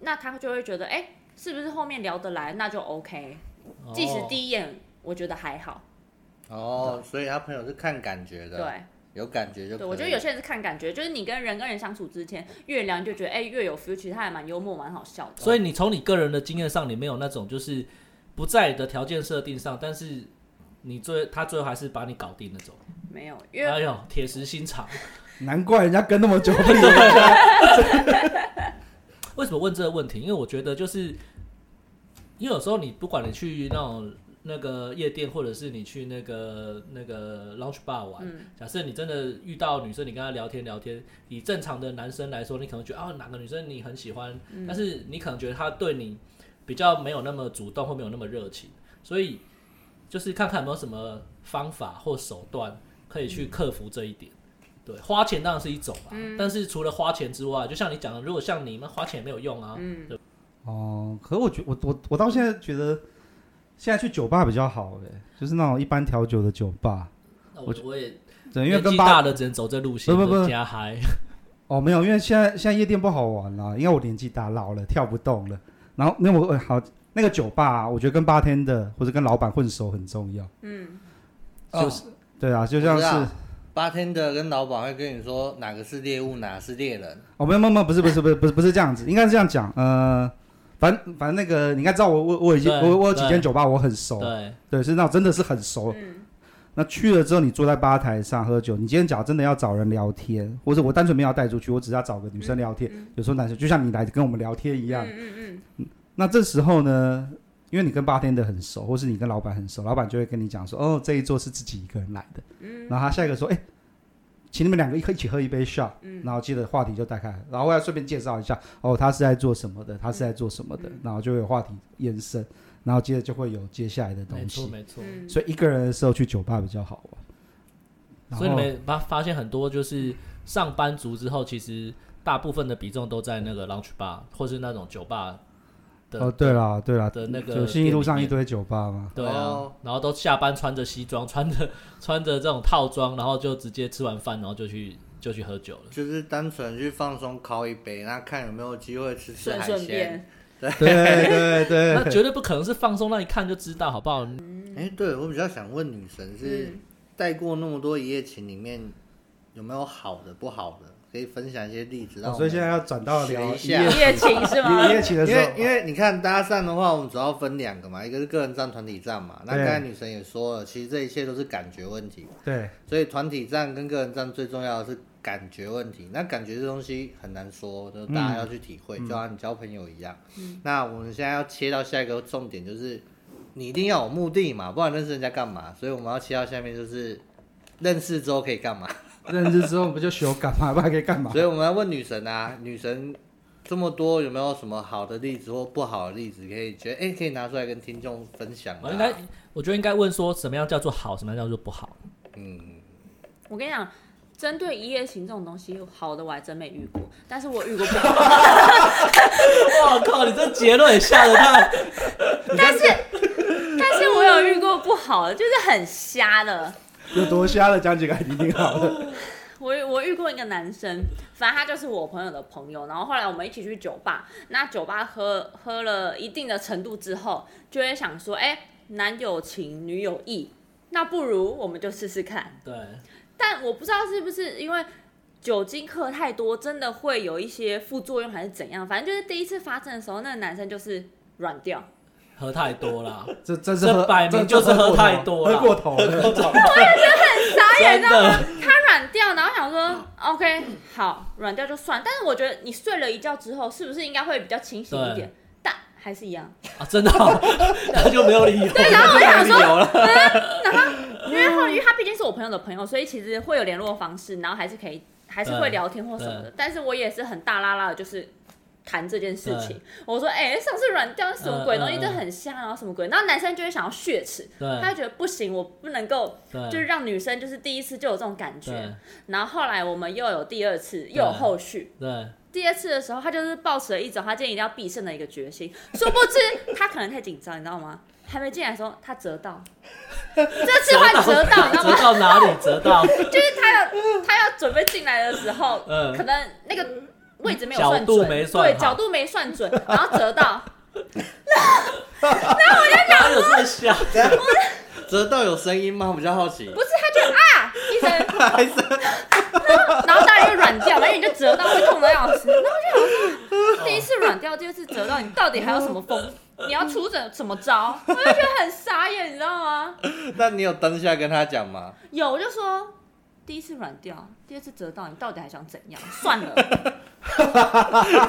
F: 那他就会觉得，哎、是不是后面聊得来，那就 OK。即使
E: 一，
F: 第一眼我觉得还好，
C: 啊
D: 哦，所以他朋友是看感觉的，，
F: 对。
D: 啊有感觉就可以
F: 对，我觉得有些人是看感觉，就是你跟人跟人相处之前，越聊你就觉得哎、越有 feel，其实他还蛮幽默、蛮好笑的。
E: 所以你从你个人的经验上，你没有那种就是不在你的条件设定上，但是你最他最后还是把你搞定那种。
F: 没有，因为
E: 哎呦，铁石心肠。
C: 难怪人家跟那么久不理你。
E: 为什么问这个问题？因为我觉得就是，因为有时候你不管你去那种那个夜店，或者是你去那个那个 lounge bar 玩，假设你真的遇到女生，你跟她聊天聊天，以正常的男生来说，你可能觉得啊哪个女生你很喜欢，但是你可能觉得她对你比较没有那么主动，或没有那么热情，所以就是看看有没有什么方法或手段可以去克服这一点。对，花钱当然是一种啊，但是除了花钱之外，就像你讲的，如果像你们花钱也没有用啊，对吧
C: 哦，可我觉我我我到现在觉得，现在去酒吧比较好哎，就是那种一般调酒的酒吧，
E: 那
C: 我
E: 我我也
C: 对，因为
E: 年
C: 跟
E: 纪
C: 吧
E: 大了只能走这路线，
C: 不不不
E: 加嗨，
C: 哦没有，因为现在现在夜店不好玩啦，因为我年纪大老了，跳不动了。然后那我呃好那个酒吧啊、我觉得跟八天的或者跟老板混熟很重要。
F: 嗯，
C: 就是
E: 哦
C: 对啊，就
D: 就
C: 像是
D: 八天的跟老板会跟你说哪个是猎物，哪个是猎人。
C: 哦，没有没有没有，不是不是不是不是不是这样子，应该是这样讲。呃，反正反正那个你应该知道我，我我已经
E: 对
C: 我我有几
E: 对
C: 间酒吧我很
E: <laughs>
C: 熟，
E: 对，
C: 对，是那种真的是很熟。那去了之后，你坐在吧台上喝酒，你今天假如真的要找人聊天，或者我单纯没有要带出去，我只是要找个女生聊天。有时候男生就像你来跟我们聊天一样，
F: 嗯嗯
C: 那这时候呢，因为你跟八天的很熟，或是你跟老板很熟，老板就会跟你讲说，哦，这一桌是自己一个人来的。
F: 嗯
C: 然后他下一个说，哎、请你们两个一一起喝一杯 shot，、然后接着话题就带开了，然后我要顺便介绍一下，哦，他是在做什么的，他是在做什么的，
F: 嗯
C: 然后就会有话题延伸，然后接着就会有接下来的
E: 没
C: 东
E: 错
C: 西。
E: 没错。
F: 嗯嗯，
C: 所以一个人的时候去酒吧比较好玩。
E: 所以你
C: 然后
E: 们发发现很多就是上班族之后，其实大部分的比重都在那个 lounge bar 或是那种酒吧的
C: 哦，对啦，对啦，
E: 的那个
C: 就新一路上一
E: 店里面。
C: 堆酒吧嘛。
E: 对啊
D: 哦，
E: 然后都下班穿着西装，穿着穿着这种套装，然后就直接吃完饭，然后就去就去喝酒了。
D: 就是单纯去放松，敲一杯，那看有没有机会吃吃
F: 顺
D: 海
F: 顺
D: 鲜。
F: 便，
C: 对对
E: 那 <laughs>
C: 对，
E: 绝对不可能是放松，那一看就知道，好不好？
D: 哎、对我比较想问女神是
F: 嗯，
D: 带过那么多一夜情里面，有没有好的不好的，可以分享一些例子让
C: 哦
D: 我们、
C: 所以现在要转到
D: 学
C: 聊
D: 一下
C: 夜
D: 对
C: 情
F: 夜情是吗？
C: 夜情的
D: 因
C: 时候
D: 为，因为你看搭讪的话，我们主要分两个嘛，一个是个人站、团体站嘛。那
C: 对
D: 刚才女神也说了，其实这一切都是感觉问题，
C: 哦对
D: 所以团体站跟个人站最重要的是感觉问题。那感觉这东西很难说，就是大家要去体会，就像你交朋友一样。那我们现在要切到下一个重点，就是你一定要有目的嘛，不然认识人家干嘛？所以我们要切到下面就是认识之后可以干嘛？ <laughs>
C: 认知之后不就修改嘛，不然可以干嘛
D: 所？以我们要问女神啊，女神这么多有没有什么好的例子或不好的例子，可以觉得哎、可以拿出来跟听众分享、啊。
E: 我应该，我觉得应该问说什么样叫做好，什么样叫做不好。
D: 嗯，
F: 我跟你讲，针对一夜情这种东西，好的我还真没遇过，但是我遇过不好的。
E: 我靠，你这结论也下的太……
F: 但是，但是我有遇过不好的，就是很瞎的。
C: 有多瞎的讲几个还挺挺
E: <laughs>
C: 好的。
F: 我我遇过一个男生，反正他就是我朋友的朋友，然后后来我们一起去酒吧，那酒吧喝喝了一定的程度之后，就会想说，哎、男有情，女有意，那不如我们就试试看。
E: <laughs> 对，
F: 但我不知道是不是因为酒精喝太多，真的会有一些副作用还是怎样，反正就是第一次发生的时候，那个男生就是软掉。
E: 喝太多啦，
C: 这真是
E: 这
C: 喝，
E: 摆明
C: 这
E: 就是
C: 这
E: 喝
C: 过
E: 太
C: 头
E: 多了
C: 喝过头了。
E: <laughs>
F: 傻眼，
E: 真
F: 你知道吗
E: 的？
F: 他软掉，然后想说 OK 好，软掉就算。但是我觉得你睡了一觉之后，是不是应该会比较清醒一点？但还是一样。
E: 啊，真的哦，那就没有理由。
F: 对， <laughs> 然后我就想说，
D: 有了，
F: 因为后来因为他毕竟是我朋友的朋友，所以其实会有联络方式，然后还是可以，还是会聊天或什么的。但是我也是很大拉拉的，就是。谈这件事情，我说，哎、上次软掉是什么鬼东
E: 嗯
F: 西，
E: 嗯嗯
F: 这很瞎，然后什么鬼，然后男生就会想要血耻，他
E: 对
F: 就觉得不行，我不能够，
E: 对，
F: 就是让女生就是第一次就有这种感觉，
E: 对
F: 然后后来我们又有第二次，又有后续。
E: 对
F: 第二次的时候，他就是抱持了一种他今天一定要必胜的一个决心，殊不知 <laughs> 他可能太紧张，你知道吗？还没进来的时候，他
E: <laughs>
F: 折到，这次换折到，你知道
E: 折
F: 吗？
E: 到哪里？折到
F: 就是他要他要准备进来的时候，
E: 嗯
F: 可能那个位置没有算
E: 角度
F: 准，
E: 没算好
F: 对，角度没算准，然后折到，
E: 哪有这么小？
D: 折到有声音吗？我比较好奇
F: 不。是他就啊一声，然后当然就软掉，哎然后你就折到会痛的要死。然后我就想说，第一次软掉，第二次折到，你到底还有什么风？你要出怎什么招？我就觉得很傻眼，你知道吗？
D: 那你有当下跟他讲吗？ <laughs>
F: 有我就说，第一次软掉，第二次折到，你到底还想怎样？算了，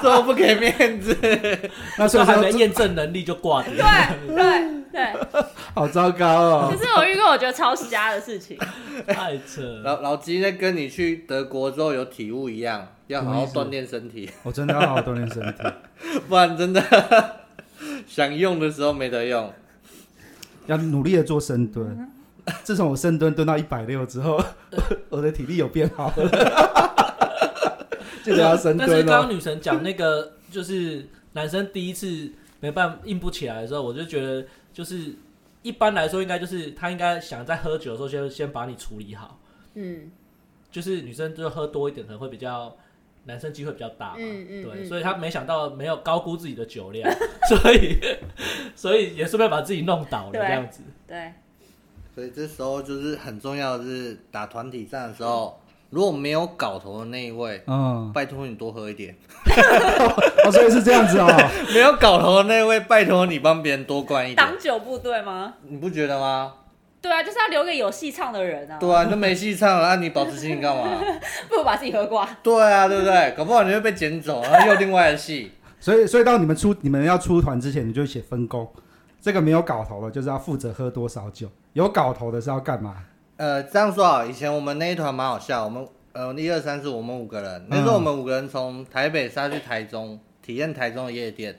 D: 这么不给面子，
C: 那
E: 就
C: 所以
E: 还没
C: 说，
E: 验证能力就挂掉。
F: 对对对。
C: 好糟糕哦
F: 可。是我遇过我觉得超瞎的事情，
E: 太扯了。
D: 老老鸡在跟你去德国之后有体悟一样，要好好锻炼身体， <laughs>
C: 我真的要好好锻炼身体，
D: 不然真的 <laughs> 想用的时候没得用。
C: 要努力的做深
E: 嗯
C: 蹲。自从我深蹲蹲到一百六之后， <laughs> 我我的体力有变好
E: <laughs>
C: 了。 <laughs> 记得要深
E: 但是
C: 蹲
E: 刚刚
C: 哦。
E: 女神讲那个， <laughs> 就是男生第一次没办法硬不起来的时候，我就觉得就是一般来说应该就是他应该想在喝酒的时候先先把你处理好，
F: <laughs> 嗯
E: 就是女生就喝多一点可能会比较。男生机会比较大嘛，
F: 嗯嗯
E: 对，
F: 嗯
E: 所以他没想到没有高估自己的酒量， <laughs> 所以所以也顺便把自己弄倒了
F: 对
E: 这样子。
F: 对，
D: 所以这时候就是很重要的是打团体战的时候，如果没有搞头的那一位，
C: 嗯，
D: 拜托你多喝一点；
C: 哦，所以是这样子哦。
D: <laughs> 没有搞头的那一位，拜托你帮别人多灌一点
F: 挡，酒部队吗？
D: 你不觉得吗？
F: 对啊，就是要留给有戏唱的人啊，
D: 对啊，你都没戏唱了，啊、你保持清醒干嘛？
F: 不如把自己喝挂。
D: 对啊，对不对？搞不好你会被捡走，然后又另外的戏。
C: 所以，所以到你们出你们要出团之前，你就写分工。这个没有搞头的，就是要负责喝多少酒；有搞头的是要干嘛？
D: 呃，这样说啊，以前我们那一团蛮好笑，我们呃一二三四我们五个人，那时候我们五个人从台北杀去台中体验台中的夜店。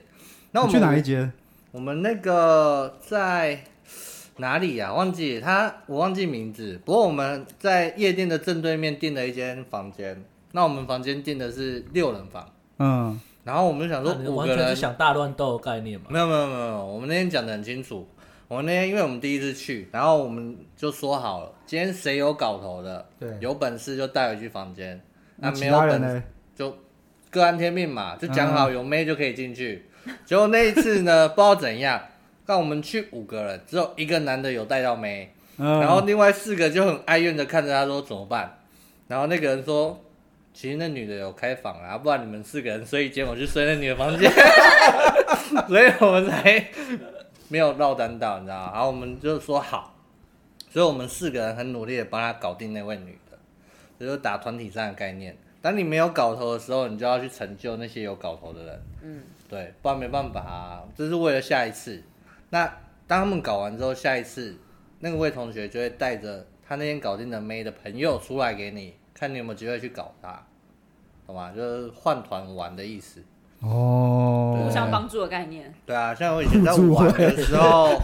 D: 那我
C: 你
D: 们
C: 去哪一间？
D: 我们那个在哪里呀、忘记他，我忘记名字。不过我们在夜店的正对面订了一间房间，那我们房间订的是六人房，
C: 嗯，
D: 然后我们就想说
E: 那啊你
D: 五
E: 完
D: 个
E: 全是
D: 人，
E: 想大乱斗的概念嘛？
D: 没有没有没有没有，我们那天讲的很清楚。我们那天因为我们第一次去，然后我们就说好了，今天谁有搞头的，
C: 对
D: 有本事就带回去房间，那、
C: 那
D: 没
C: 其
D: 有
C: 他
D: 本
C: 人
D: 事
C: 呢？嗯
D: 就各安天命嘛，就讲好有妹就可以进去。结果那一次呢， <laughs> 不知道怎样，让我们去五个人，只有一个男的有带到妹，
C: 嗯，
D: 然后另外四个就很哀怨的看着他说怎么办。然后那个人说，其实那女的有开房啊啦，不然你们四个人睡一间，我去睡那女的房间，所以我们才没有落单到，你知道吗？然后我们就说好，所以我们四个人很努力的帮他搞定那位女的，这就是打团体战的概念。当你没有搞头的时候，你就要去成就那些有搞头的人，
F: 嗯，
D: 对，不然没办法、啊，这是为了下一次。那当他们搞完之后，下一次那位同学就会带着他那天搞定的妹的朋友出来给你看你有没有机会去搞他，懂吗？就是换团玩的意思。
C: 哦
F: 互相帮助的概念，
D: 对啊，像我以前在玩的时候，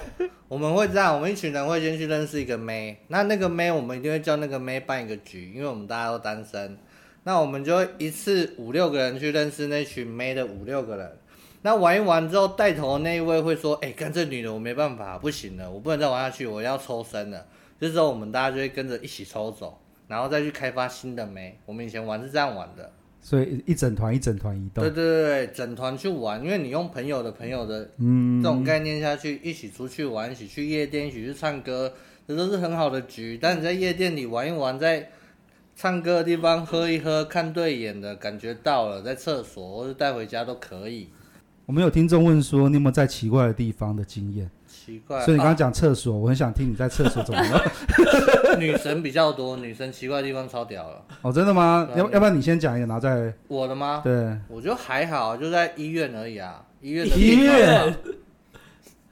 D: 我们会这样，我们一群人会先去认识一个妹，那那个妹我们一定会叫那个妹办一个局，因为我们大家都单身，那我们就会一次五六个人去认识那群妹的五六个人。那玩一玩之后，带头的那一位会说：“哎、看这女的我没办法，不行了，我不能再玩下去，我要抽身了。”这时候我们大家就会跟着一起抽走，然后再去开发新的妹。我们以前玩是这样玩的，
C: 所以一整团一整团移动
D: 对，对对对，整团去玩，因为你用朋友的朋友的
C: 嗯，
D: 这种概念下去，一起出去玩，一起去夜店，一起去唱歌，这都是很好的局。但你在夜店里玩一玩，在唱歌的地方喝一喝，看对眼的感觉到了，在厕所或者带回家都可以。
C: 我们有听众问说，你有没有在奇怪的地方的经验？
D: 奇怪，
C: 所以你刚刚讲厕所，我很想听你在厕所怎么了。
D: 啊女神比较多，女神奇怪的地方超屌了。
C: <laughs> 哦，真的吗？
D: 对啊
C: 要要不然你先讲一个，然后再
D: 我的吗？
C: 对。
D: 我觉得还好，就在医院而已啊，医院的
C: 医
D: 地方
C: 院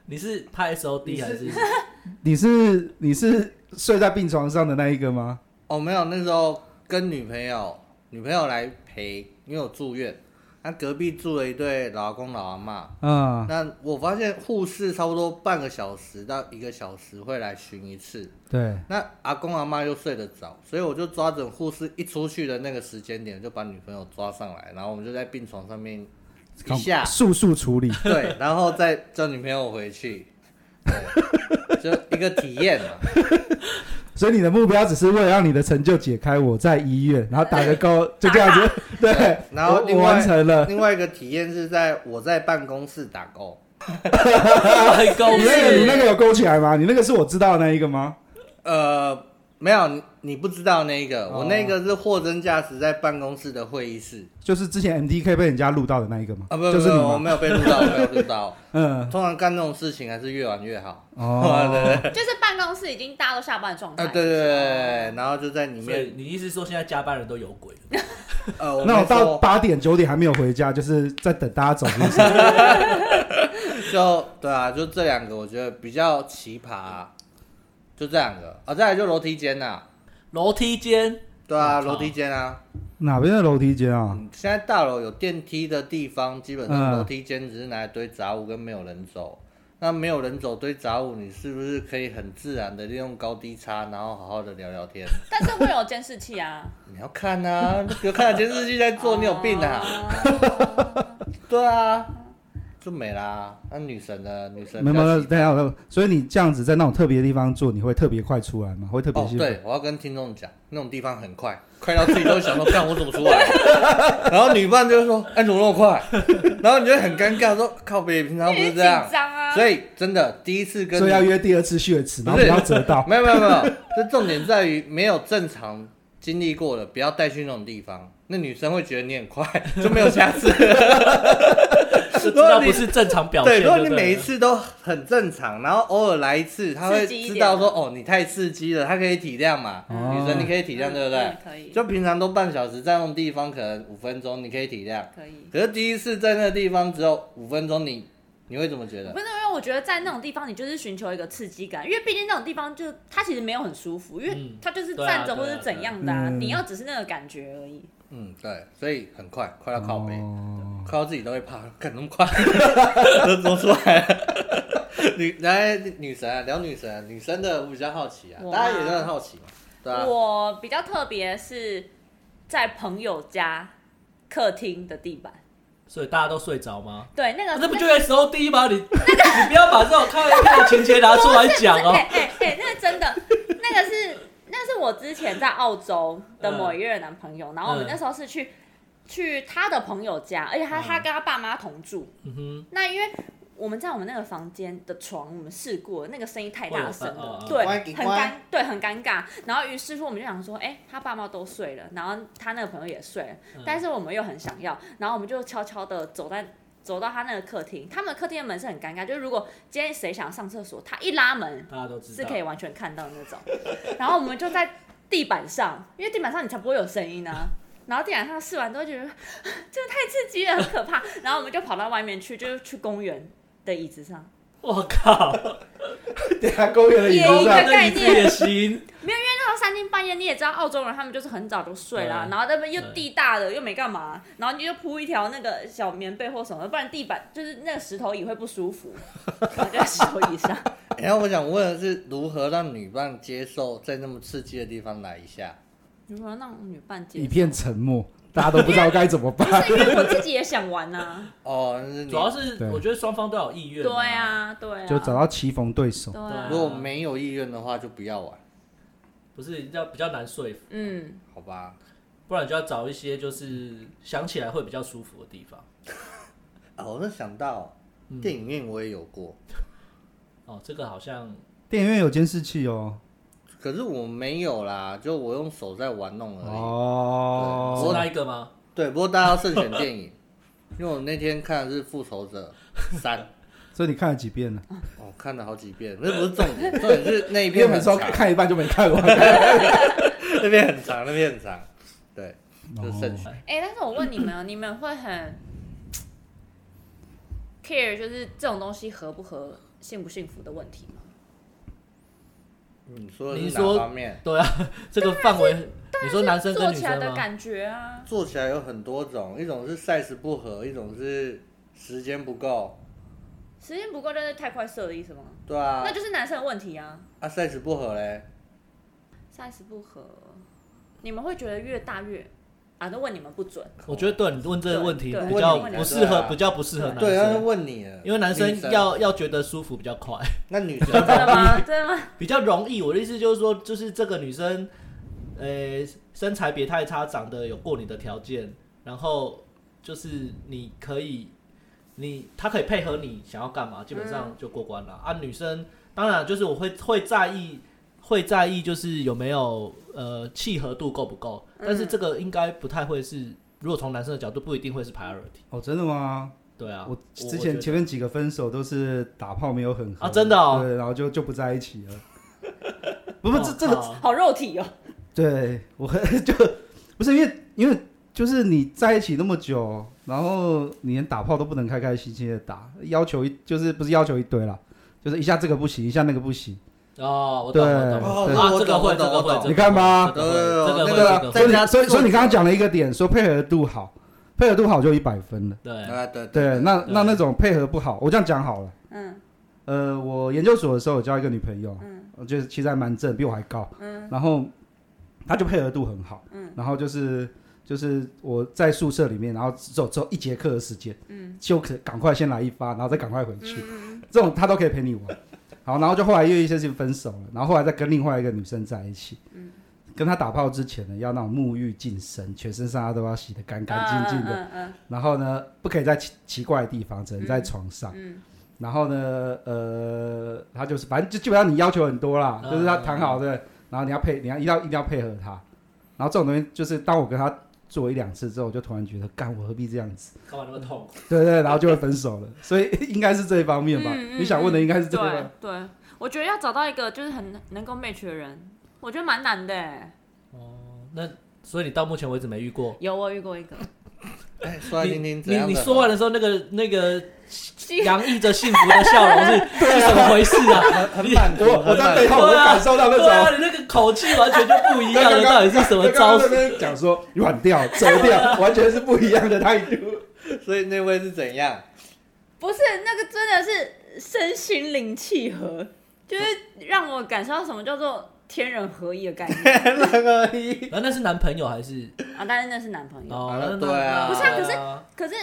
E: 你是拍 S O D 还是 <laughs>
C: 你是你是睡在病床上的那一个吗？
D: 哦，没有，那时候跟女朋友，女朋友来陪，因为我住院，那隔壁住了一对老阿公老阿妈。
C: 嗯，
D: 那我发现护士差不多半个小时到一个小时会来巡一次，
C: 对，
D: 那阿公阿妈又睡得早，所以我就抓准护士一出去的那个时间点，就把女朋友抓上来，然后我们就在病床上面一下
C: 速速处理。
D: 对，然后再叫女朋友回去，对就一个体验嘛。
C: 所以你的目标只是为了让你的成就解开，我在医院，然后打个勾，就这样子。 <laughs> 对，
D: 然后
C: 我
D: 另
C: 我
D: 外
C: 完成了。
D: 另外一个体验是在我在办公室打勾，
E: 很
C: 你
E: 公
C: 那个你那
E: 式？
C: 个有勾起来吗？你那个是我知道的那一个吗？
D: 呃，没有你你不知道那一个，
C: 哦
D: 我那个是货真价实在办公室的会议室
C: 就是之前 MDK 被人家录到的那一个吗？
D: 啊，不不
C: 就
D: 不，
C: 是你
D: 我
C: 吗？
D: 没有被录
C: <laughs>
D: 到，我没有录到。
C: 嗯，
D: 通常干这种事情还是越晚越好。 <laughs> 啊
C: 哦，
F: 就是办公室已经大家都下班的状态。
D: 啊，对对对对，然后就在里
E: 所以
D: 面，
E: 你意思是说现在加班人都有鬼？
D: 呃，我
C: 那我
D: 们
C: 到
D: 说
C: 八点九点还没有回家，就是在等大家走，是不是？
D: 就对啊，就这两个我觉得比较奇葩、就这两个啊，再来就楼梯间呐、啊
E: 楼梯间
D: <laughs> 对啊，
E: 我靠
D: 楼梯间啊，
C: 哪边的楼梯间啊？
D: 嗯现在大楼有电梯的地方，基本上
C: 嗯
D: 楼梯间只是拿来堆杂物跟没有人走。那没有人走堆杂物，你是不是可以很自然的利用高低差，然后好好的聊聊天？ <laughs>
F: 但是会有监视器啊。
D: 你要看啊，有看到监视器在做，你有病啊！
F: 哦
D: 对啊，就没啦。那女神呢？女神
C: 没有
D: 比
C: 没
D: 较
C: 有，
D: 喜
C: 等一下，我所以你这样子在那种特别的地方做，你会特别快出来吗？会特别
D: 哦，
C: 兴奋？
D: 对，我要跟听众讲，那种地方很快，快到自己都想说，看我怎么出来。
C: <laughs>
D: 然后女伴就会说：“哎，怎么那么快？”然后你就会很尴尬，说：“靠北，平常不
F: 因为
D: 是
F: 紧
D: 这样。
F: 张”啊。
D: 所以真的第一次跟
C: 所以要
D: 女
C: 约第二次血池，然后
D: 不
C: 不
D: 是。
C: 要折到
D: <laughs> 没有没有没有，这重点在于没有正常经历过的，不要带去那种地方。那女生会觉得你很快，就没有下次。
E: 就知
D: 如果
E: 道
D: 你
E: 不是正常表
D: 对，
E: 现。
D: 如果你
E: 对不对
D: 每一次都很正常，然后偶尔来一次，他会
F: 刺激一
D: 知
F: 点啊
D: 道说哦，你太刺激了，他可以体谅嘛。
C: 哦
D: 女生你可以体谅，对不对
F: 嗯？可以，
D: 就平常都半小时，在那种地方可能五分钟，你可以体谅。
F: 可以。
D: 可是第一次在那个地方只有五分钟，你你会怎么觉得
F: 不？是因为我觉得在那种地方，你就是寻求一个刺激感，因为毕竟那种地方就它其实没有很舒服，因为
E: 嗯
F: 它就是
E: 对啊
F: 站着
E: 对
F: 或
E: 啊
F: 是怎样的啊，
C: 嗯
F: 你要只是那个感觉而已。
D: 嗯，对，所以很快，快到靠背，
C: 哦
D: 快到自己都会怕，干那么快， <laughs> 都走出来了。 <laughs> 女来女神啊，聊女神啊，女生的我比较好奇啊，
F: 我
D: 大家也
F: 吗
D: 都很好奇嘛，对啊，
F: 我比较特别是在朋友家客厅的地板，
E: 所以大家都睡着吗？
F: 对那
E: 啊
F: 个
E: 那不就 S O D 吗？你 <laughs> 你不要把这种开玩笑的情节拿出来讲哦。
F: <laughs> 哎哎哎，那个真的，那个是那是我之前在澳洲的某一任男朋友，然后我们
E: 嗯
F: 那时候是去去他的朋友家，而且他、他
E: 嗯
F: 跟他爸妈同住，
E: 嗯哼，
F: 那因为。我们在我们那个房间的床，我们试过，那个声音太大声了，
E: 会有哦
F: 对
D: 嗯嗯嗯，
F: 很
D: 乖
F: 尴，对，很尴尬。然后于是乎，我们就想说，哎、他爸妈都睡了，然后他那个朋友也睡了，
E: 嗯
F: 但是我们又很想要，然后我们就悄悄的走在走到他那个客厅，他们的客厅的门是很尴尬，就是如果今天谁想上厕所，他一拉门
E: 大家都知
F: 是
E: 道
F: 可以。完全看到的那种。 <laughs> 然后我们就在地板上，因为地板上你才不会有声音呢、啊 <laughs> 然后地板上试完都会觉得 <gasps> 真的太刺激了，很可怕。 <laughs> 然后我们就跑到外面去，就是去公园的椅子上，
E: 我靠，
C: 对啊，公园的椅
F: 也
C: 子
F: 一
C: 上
F: 个
E: 那你自己的心
F: 那时候三更半夜你也知道，澳洲人他们就是很早就睡啦，
E: 对
F: 然后那边又
E: 对
F: 地大的又没干嘛，然后你就铺一条那个小棉被或什么，不然地板就是那个石头椅会不
C: <laughs>
F: 舒服，然后就在石头椅上。
D: 然后我想问的是，如何让女伴接受在那么刺激的地方来一下？
F: 你说让女伴接
C: 一片沉
D: <laughs>
C: 默，大家都不知道该怎么办。
F: 受，因为我自己也想玩呐、
C: <laughs>
D: 哦，那是你
E: 主要是
C: 对
E: 我觉得双方都有意愿。
F: 对，啊，对啊，
C: 就找到棋逢对手
F: 对，
E: 啊
D: 如果没有意愿的话，就不要玩，
E: 不是要比较难说服，
F: 嗯，
D: 好吧？
E: 不然就要找一些就是想起来会比较舒服的地方。
D: 哦，我就想到电影院我也有过，
E: 哦，这个好像
C: 电影院有监视器哦。
D: 可是我没有啦，就我用手在玩弄而已。
C: 哦，
E: 是那一个吗？
D: 对，不过大家要慎选电影， <laughs> 因为我那天看的是《复仇者三》，
C: 所以你看了几遍了？
D: 哦，看了好几遍，那不是重点，重点是那一
C: 因为
D: 篇
C: 我们
D: 很
C: 说
D: 长，
C: 看一半就没看
D: <laughs>
C: 完。
D: 那边很长，那边很长，对，
C: 哦
D: 就是慎选。
F: 哎、但是我问
E: <clears throat>
F: 你们哦，你们会很 care 就是这种东西合不合、幸不幸福的问题吗？
D: 你嗯说的
E: 你
D: 是
E: 说
D: 哪方面？
E: 对啊，这个范围，你说男生跟
F: 做
E: 女
F: 起来
E: 生
F: 的
E: 吗？
F: 感觉啊，
D: 做起来有很多种，一种是 size 不合，一种是时间不够，
F: 时间不够就是太快射的意思吗？
D: 对啊
F: 那，就是男生的问题啊
D: 啊 size 不合嘞，
F: ，size 不合，你们会觉得越大越啊？都问你们
E: <laughs>
F: 不准，
E: 我觉得对你问这个问题
F: 对对
E: 比较
F: 问你
E: 不适合，
D: 对啊
E: 比较不适合男
D: 对，他是
E: 生，
D: 问你了，
E: 因为男
D: 女
E: 生要要觉得舒服比较快，
D: 那女
E: <laughs>
D: 生
F: 真的吗？真的吗？
E: 比较容易。我的意思就是说，就是这个女生，呃，身材别太差，长得有过你的条件，然后就是你可以，你她可以配合你想要干嘛，基本上就过关了、啊。女生当然就是我会会在意。会在意就是有没有呃契合度够不够，但是这个应该不太会是，如果从男生的角度不一定会是 priority，
C: 哦，真的吗？
E: 对啊，
C: 我之
E: 觉
C: 前
E: 得
C: 前面几个分手都是打炮没有很合
E: 啊真的哦
C: 对，然后就就不在一起
D: <laughs>
C: 了。不是这这个，
E: 哦
F: 好肉体哦、
E: <laughs>
C: 对我很就不是因为因为就是你在一起那么久，然后你连打炮都不能开开心心的打，要求一就是不是要求一堆啦，就是一下这个不行，一下那个不行。
E: 哦，我懂我懂，
D: 哦
C: 对
E: 啊，
D: 我懂
E: 这个会，
D: 我
E: 这
D: 懂
E: 个
D: 我
E: 会，这
D: 懂
E: 个会
C: 你看吧
E: 这个会，这个
D: 对对
E: 会，这个会
C: 所以
D: 对
C: 你
D: 在家
C: 所以所以你
D: 做
C: 刚刚讲了一个点，说配合度好，配合度好就一百分了。
E: 对，
D: 啊对
C: 对，那
E: 对
C: 那那种配合不好，我这样讲好了。
F: 嗯
C: 呃，我研究所的时候，我交一个女朋友，
F: 嗯
C: 我觉得其实还蛮正，比我还高。
F: 嗯
C: 然后他就配合度很好，
F: 嗯
C: 然后就是就是我在宿舍里面，然后只有只有一节课的时间，
F: 嗯
C: 就可赶快先来一发，然后再赶快回去，
F: 嗯
C: 这种他都可以陪你玩。好，然后就后来因为一些事情分手了，然后后来再跟另外一个女生在一起，
F: 嗯
C: 跟他打炮之前呢，要那种沐浴净身，全身上下都要洗得干
F: 嗯，
C: 干净净的，
F: 嗯嗯
C: 然后呢，不可以在奇奇怪的地方，只能在床上。
F: 嗯
C: 然后呢，呃，他就是反正就基本上你要求很多啦，
E: 嗯
C: 就是他谈好的，然后你要配，你要一定要一定要配合他。然后这种东西就是当我跟他做一两次之后，我就突然觉得，干我何必这样子？
E: 干嘛那么痛苦？
C: 对对，然后就会分手了。所以应该是这一方面吧，
F: 嗯嗯
C: 你想问的应该是
F: 嗯，
C: 这个
E: 啊
F: 对
C: 吧。
F: 对，我觉得要找到一个就是很能够 match 的人，我觉得蛮难的欸。
E: 那所以你到目前为止没遇过？
F: 有我有遇过一个，
D: 哎，说来
E: 你
D: 听听怎
E: 你
D: 样
E: 你
D: 的
E: 说完的时候，那个那个洋溢着幸福的笑容是是怎么回事啊？
D: 很很满足，
C: 我我
D: 很
C: 在
D: 满
C: 背
D: 足
C: 后我感受到那
E: 对啊，
C: 种。
E: 你那个口气完全就不一样了，到底是什么招
C: 刚刚那
E: 数？
C: 边讲说软掉、折掉，完全是不一样的态度。
D: 所以那位是怎样？
F: 不是那个真的是身心灵契合，就是让我感受到什么叫做天人合一的概念
D: 那个一，
E: <laughs> 啊，那是男朋友还是？
F: 啊。但是那是男朋友，
E: 哦
D: 啊，
E: 那
D: 对
E: 那
D: 啊不是
F: 啊可是
E: 对啊
F: 可是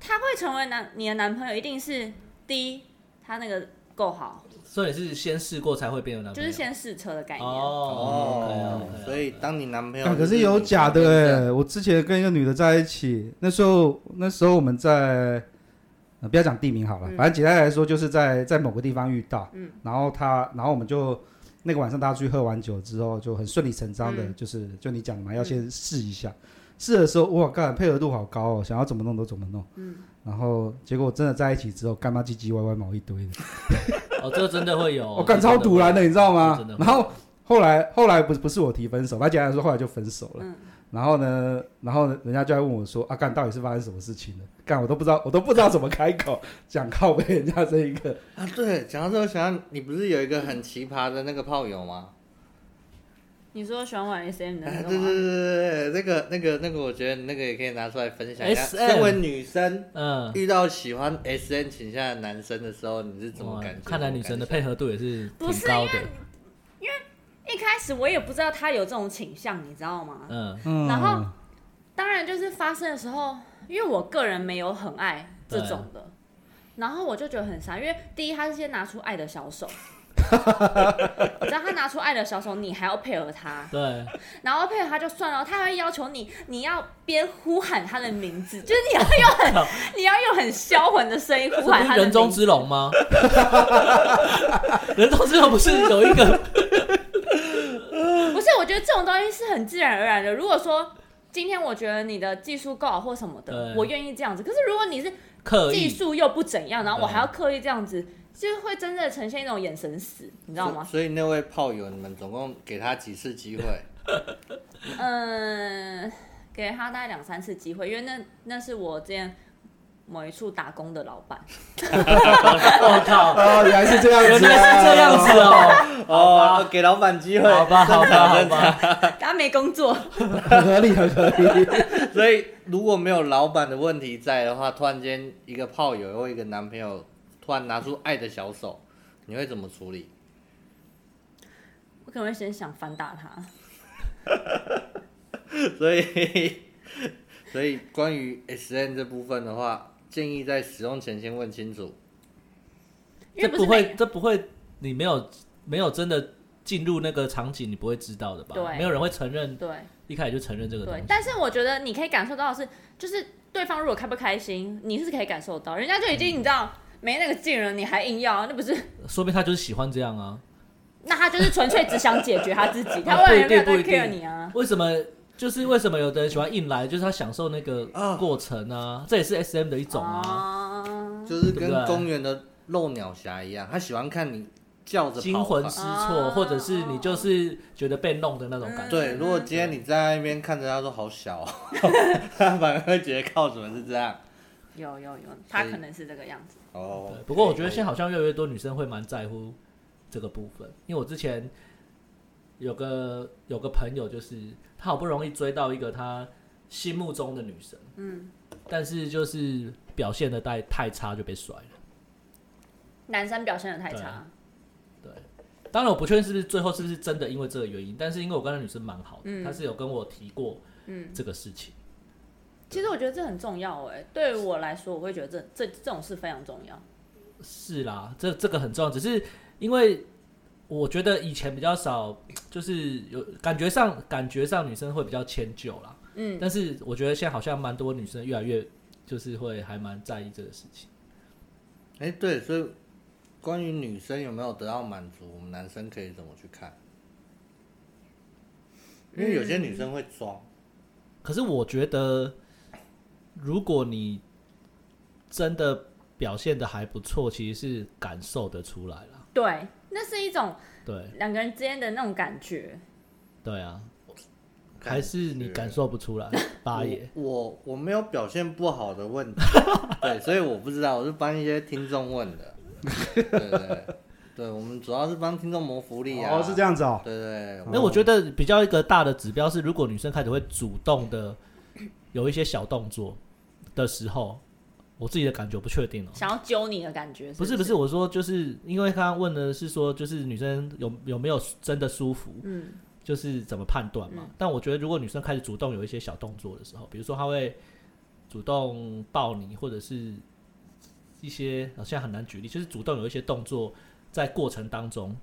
F: 他会成为男你的男朋友，一定是第一他那个够好，
E: 所以是先试过才会变成男
F: 就
E: 朋友，
F: 是先试车的概念。
E: 哦，OK，OK，OK，
D: 所以当你男朋友
C: 啊，可
D: 就是
C: 有
D: 你
C: 假的
D: 真
C: 哎、
D: 正
C: 我之前跟一个女的在一起，那时候那时候我们在，呃、不要讲地名好了，
F: 嗯
C: 反正简单来说就是在在某个地方遇到，
F: 嗯
C: 然后她，然后我们就那个晚上大家出去喝完酒之后，就很顺理成章的，
F: 嗯
C: 就是就你讲的嘛，要先试一下，试的时候哇干配合度好高哦，想要怎么弄都怎么弄，
F: 嗯，
C: 然后结果真的在一起之后，干妈唧唧歪歪毛一堆的。
E: 哦，这个真的会有，
C: 我干超堵然的，你知道吗
E: 真的？会
C: 然后后来后来不是不是我提分手，反正简单来说后来就分手了。
F: 嗯
C: 然后呢，然后呢人家就在问我说：“啊，干到底是发生什么事情了？”干我都不知道，我都不知道怎么开口讲靠背人家这一个。
D: 啊，对，讲到这，我想到你不是有一个很奇葩的那个炮友吗？
F: 你说喜欢玩 SM
E: <laughs>
D: 对
F: 的那
D: 哎对对
F: 个
D: 对
F: 吗？
D: 对，那个那个那个，我觉得那个也可以拿出来分享一下。
E: SM
D: 身为女生，
E: 嗯，
D: 遇到喜欢 S N 倾向的男生的时候，你是怎么
E: 哇
D: 感觉？
E: 哦看来女神的配合度也是挺
F: 不是
E: 高的，
F: 一开始我也不知道他有这种倾向，你知道吗？
E: 嗯，
D: <laughs>
C: 嗯，
F: 然后当然就是发生的时候，因为我个人没有很爱这种的，然后我就觉得很傻，因为第一他是先拿出爱的
E: <laughs>
F: 小手，你知道他拿出爱的小手，你还要配合他，
E: 对，
F: 然后配合他就算了，他还会要求你，你要边呼喊他的名字，就是你要用
E: <laughs>
F: 很你要用很销魂的声音
E: 这
F: 呼
E: 不
F: 喊
E: 是
F: 他的
E: 人中
F: 名字，
E: 之龙吗？ <laughs> 人中之龙不是有一个
F: 不是，我觉得这种东西是很自然而然的。如果说今天我觉得你的技术够好或什么的
E: 对，
F: 我愿意这样子。可是如果你是
E: 刻
F: 技
E: 意
F: 术又不怎样，然后我
E: 对
F: 还要刻意这样子，就会真的呈现一种眼神死，你知道吗？
D: 所以那位炮友，你们总共给他几次机
F: <laughs>
D: 会？
F: 嗯，给他大概两三次机会，因为那那是我之前某一处打工的老
E: <laughs>
F: 板，
E: 我
D: <laughs>
E: 靠，
C: 哦，原来是这样
E: 原
C: 子，
E: 来是这样子哦，
D: 哦，给老板机会，
E: 好吧，好吧，好
D: 正常
E: 吧，
F: 他没工
C: <laughs>
F: 作，
C: 很合理，很合理。
D: 所以如果没有老板的问题在的话，突然间一个炮友或一个男朋友突然拿出爱的小手，你会怎么处
F: <laughs>
D: 理？
F: 我可能会先想反打他。
D: 所以， <laughs> 所以关于 S N 这部分的话，建议在使用前先问清楚。
F: 因
E: 这
F: 为是
E: 不
F: 每
E: 会，这不会，你没有没有真的进入那个场景，你不会知道的吧？
F: 对
E: 没有人会承认，
F: 对
E: 一开始就承认这个东
F: 对
E: 西，。
F: 但是我觉得你可以感受到的是，就是对方如果开不开心，你是可以感受到，人家就已经你知道没那个劲了，你还硬要，那不是？ <laughs>
E: 说明他就是喜欢这样啊。
F: 那他就是纯粹只想解决他自
E: <laughs>
F: 己，他
E: 啊不
F: 未
E: 一
F: 来没有在
E: 定不一
F: care
E: 定
F: 你啊。
E: 为什么？就是为什么有的人喜欢硬来，就是他享受那个过程啊，这也是 S M 的一种啊。
F: 啊
D: 就是
E: 对
D: 跟
E: 不对
D: 公园的漏鸟侠一样，他喜欢看你叫着
E: 惊
D: 跑
E: 魂
D: 吧
E: 失
F: 啊
E: 措，或者是你
F: 哦
E: 就是觉得被弄的那种感觉。
D: 对，如果今天你在那边看着他说好小、哦， <laughs> 他反而会觉得靠什么是这样
F: 有有有，他可能是这个样子。
D: 哦
E: 对。不过我觉得现在
D: 在
E: 好像越来越多女生会蛮在乎这个部分，因为我之前有个有个朋友，就是他好不容易追到一个他心目中的女生，
F: 嗯，
E: 但是就是表现的太太差就被甩了。
F: 男生表现的太
E: 啊
F: 差，
E: 当然我不确定是不是最后是不是真的因为这个原因，但是因为我跟那女生蛮好的，
F: 嗯
E: 她是有跟我提过
F: 嗯，
E: 这个事情。
F: 其实我觉得这很重要哎、对于我来说，我会觉得这这这种事非常重要。
E: 是啦，这这个很重要，只是因为我觉得以前比较少，就是有感觉上感觉上女生会比较迁就啦，
F: 嗯，
E: 但是我觉得现在好像蛮多女生越来越就是会还蛮在意这个事情。
D: 哎、对，所以关于女生有没有得到满足，我们男生可以怎么去看？因为有些女生会装，
E: 可是我觉得，如果你真的表现的还不错，其实是感受得出来啦。
F: 对，那是一种
E: 对
F: 两个人之间的那种感觉。
E: 对啊，
D: 感
E: 还是你感受不出来，八爷。
D: 我我我没有表现不好的问
E: <laughs>
D: 题，对，所以我不知道，我是帮一些听众问
E: <laughs>
D: 的，对对对，对我们主要是帮听众谋福利啊，
C: 哦，是这样子哦。
D: 对对对，
E: 那我觉得比较一个大的指标是，如果女生开始会主动的有一些小动作的时候，我自己的感觉我不确定哦。
F: 想要揪你的感觉
E: 不是
F: 是
E: 不
F: 不
E: 是，？我说就是因为刚刚问的是说，就是女生有有没有真的舒服，
F: 嗯，
E: 就是怎么判断嘛。
F: 嗯
E: 但我觉得如果女生开始主动有一些小动作的时候，比如说她会主动抱你，或者是一些好像很难举例，就是主动有一些动作在过程当中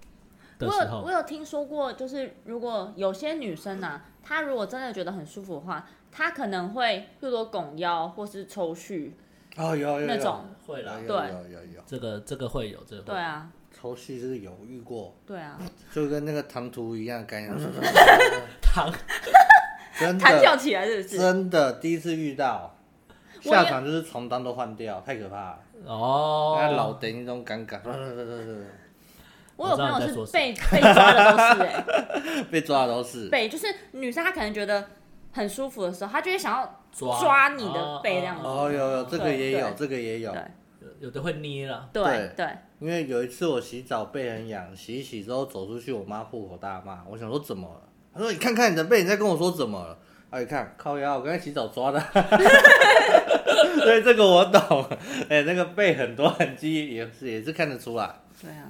F: 我
E: 的时
F: 有
E: 候
F: 我，有听说过，就是如果有些女生啊，她如果真的觉得很舒服的话，她可能会又多拱腰或是抽蓄
D: 哦有有有
F: 那种。
E: 会啦
D: 有，有
F: 对
D: 有有有
E: 这个这个会有这个会
F: 对
E: 有。
F: 啊，
D: 抽蓄是有遇过，
F: 对
E: <laughs>
F: 啊，
D: 就跟那个唐突一样的概念，
E: 糖
D: 真
F: 弹跳
D: 的
F: 起来是不是？
D: 真的第一次遇到，
F: 我也
D: 下场就是床单都换掉，太可怕了，那老
E: 哦，
D: 等一种尴尬，
F: 我
E: 我
F: 有朋
E: 知道你在
F: 友
E: 说
F: 是被被抓的都是哎、
D: <laughs> 被抓的都是。
F: 背，就是女生她可能觉得很舒服的时候，她就会想要
E: 抓
F: 抓你的背这样子
D: 哦，有有这个也有，
F: 对
D: 这个也有。
F: 对
E: 有有的会捏啦，
F: 对对，
D: 因为有一次我洗澡背很痒，洗一洗之后走出去，我妈破口大骂，我想说怎么了？他说你看看你的背，你在跟我说怎么了？啊，一看靠腰，我刚才洗澡抓的， <laughs> 所以这个我懂。哎、那个背很多痕迹也是也是看得出来。
F: 对啊，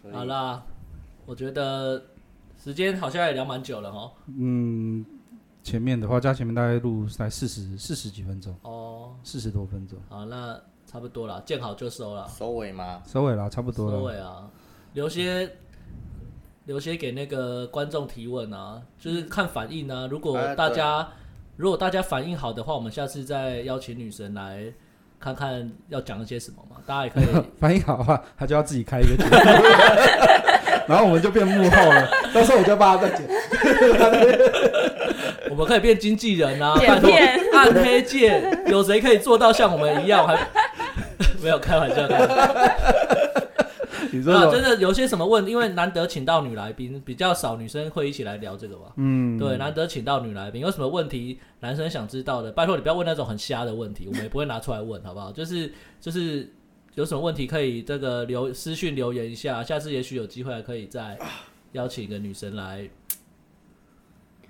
D: 所以
E: 好啦，我觉得时间好像也聊蛮久了哦。
C: 嗯，前面的话加前面大概录才四十四十几分钟，
E: 哦，
C: 四十多分钟，
E: 好，那差不多了，见好就收了，
D: 收尾吗？
C: 收尾啦，差不多
E: 收
C: 了。
E: 尾啊，留些留些给那个观众提问啊，就是看反应啊。如果
D: 哎
E: 大家、如果大家反应好的话，我们下次再邀请女神来看看要讲一些什么嘛。大家也可
C: 没有
E: 以，
C: 反应好的话，他就要自己开一 <laughs> 个节目，然后我们就变幕后了。到时候我就帮他再剪。
E: 我们可以变经纪人啊，
F: 剪
E: 拜托
F: 片
E: 暗黑界有谁可以做到像我们一样？还 <laughs> 没有开玩笑，开玩笑。
C: 你说
E: 啊，
C: 什
E: 真
C: 么？
E: 的有些什么问，因为难得请到女来宾，比较少女生会一起来聊这个吧。
C: 嗯，
E: 对，难得请到女来宾，有什么问题男生想知道的，拜托你不要问那种很瞎的问题，我们也不会拿出来问，好不好？就是就是有什么问题可以这个留私讯留言一下，下次也许有机会还可以再邀请一个女生来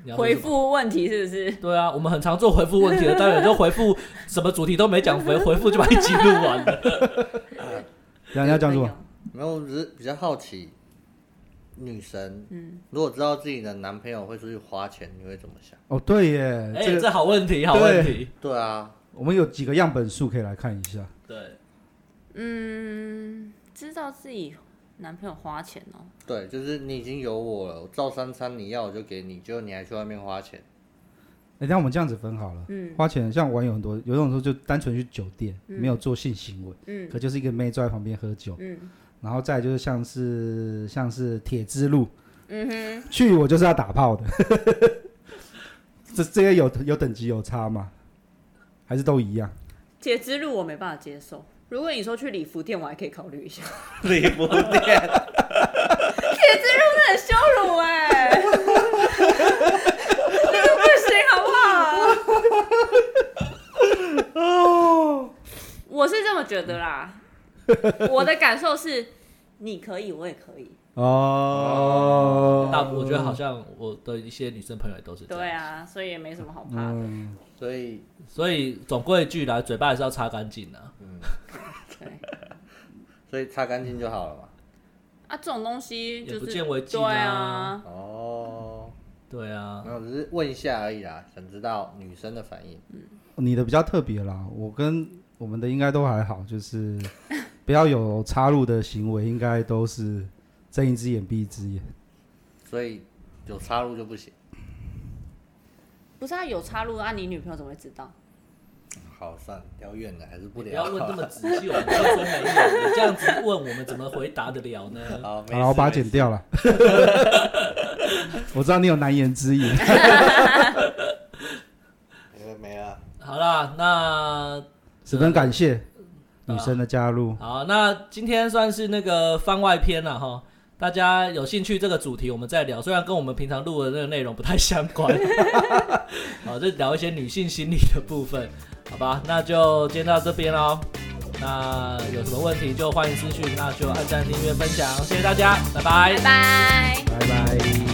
E: 聊这
F: 回
E: 个吧。
F: 复问题是不是？
E: 对啊，我们很常做回复问题的单元，就回复什么主题都没讲，回回复就把一集录完了。
C: 等一下你要讲什
E: 啊
C: 么？
D: 没有，我只是比较好奇，女神
F: 嗯，
D: 如果知道自己的男朋友会出去花钱，你会怎么想？
C: 哦，对耶，
E: 哎、
C: 这个
E: 这好问题，好问
C: 对
E: 题。
D: 对啊，
C: 我们有几个样本数可以来看一下。
E: 对。
F: 嗯，知道自己男朋友花钱哦、
D: 对，就是你已经有我了，我照三餐你要我就给你，结果你还去外面花钱。
C: 哎，那我们这样子分好了。
F: 嗯
C: 花钱像网友很多，有种时候就单纯去酒店，
F: 嗯
C: 没有做性行为，
F: 嗯
C: 可就是一个妹坐在旁边喝酒，
F: 嗯
C: 然后再就是像是像是铁之路，
F: 嗯哼，
C: 去我就是要打炮的， <laughs> 这这些有有等级有差吗？还是都一样？
F: 铁之路我没办法接受。如果你说去礼服店，我还可以考虑一下。
D: 礼服店，
F: 铁之路那 <laughs> 很羞辱哎、 <laughs> 这个不行好不好？ <laughs> 我是这么觉得啦，我的感受是，你可以，我也可以，
C: 哦，
E: 大，我觉得好像我的一些女生朋友也都是这样。
F: 对啊，所以也没什么好怕的，
C: 嗯，
D: 所以
E: 所以总归一句来，嘴巴还是要擦干净的。啊
F: 对。
D: 所以擦干净就好了嘛。
F: 啊，这种东西就
E: 也
F: 是
E: 不见为净
F: 对
E: 啊
F: 啊，
D: 哦，
E: 对啊
D: 没，有，只是问一下而已啦，想知道女生的反应。
C: 你的比较特别啦，我跟我们的应该都还好，就是 <laughs> 不要有插入的行为，应该都是睁一只眼闭一只眼。
D: 所以有插入就不行。
F: 不是啊，有插入啊，你女朋友怎么会知道？
D: 好，算了，聊远了，还是不
E: 你不
D: 聊
E: 要问
D: 了。
E: 那么仔细，我们又说没有，你这样子问我们怎么回答得了呢？
D: <laughs> 好，没
C: 好了，我
D: 事
C: 把它
D: 没
C: 剪
D: 事
C: 掉了。 <laughs> 我知道你有难言之
D: <laughs>
C: 隐，
D: 没了没了。
E: 好啦，那
C: 十分感
D: 啊
C: 谢女生的加入。
E: 好，那今天算是那个番外篇了哈。大家有兴趣这个主题，我们再聊。虽然跟我们平常录的那个内容不太相关， <laughs> 好，就聊一些女性心理的部分，好吧？那就今天到这边喽。那有什么问题就欢迎私讯，那就按赞、订阅、分享，谢谢大家，拜拜
F: 拜拜。
C: 拜拜。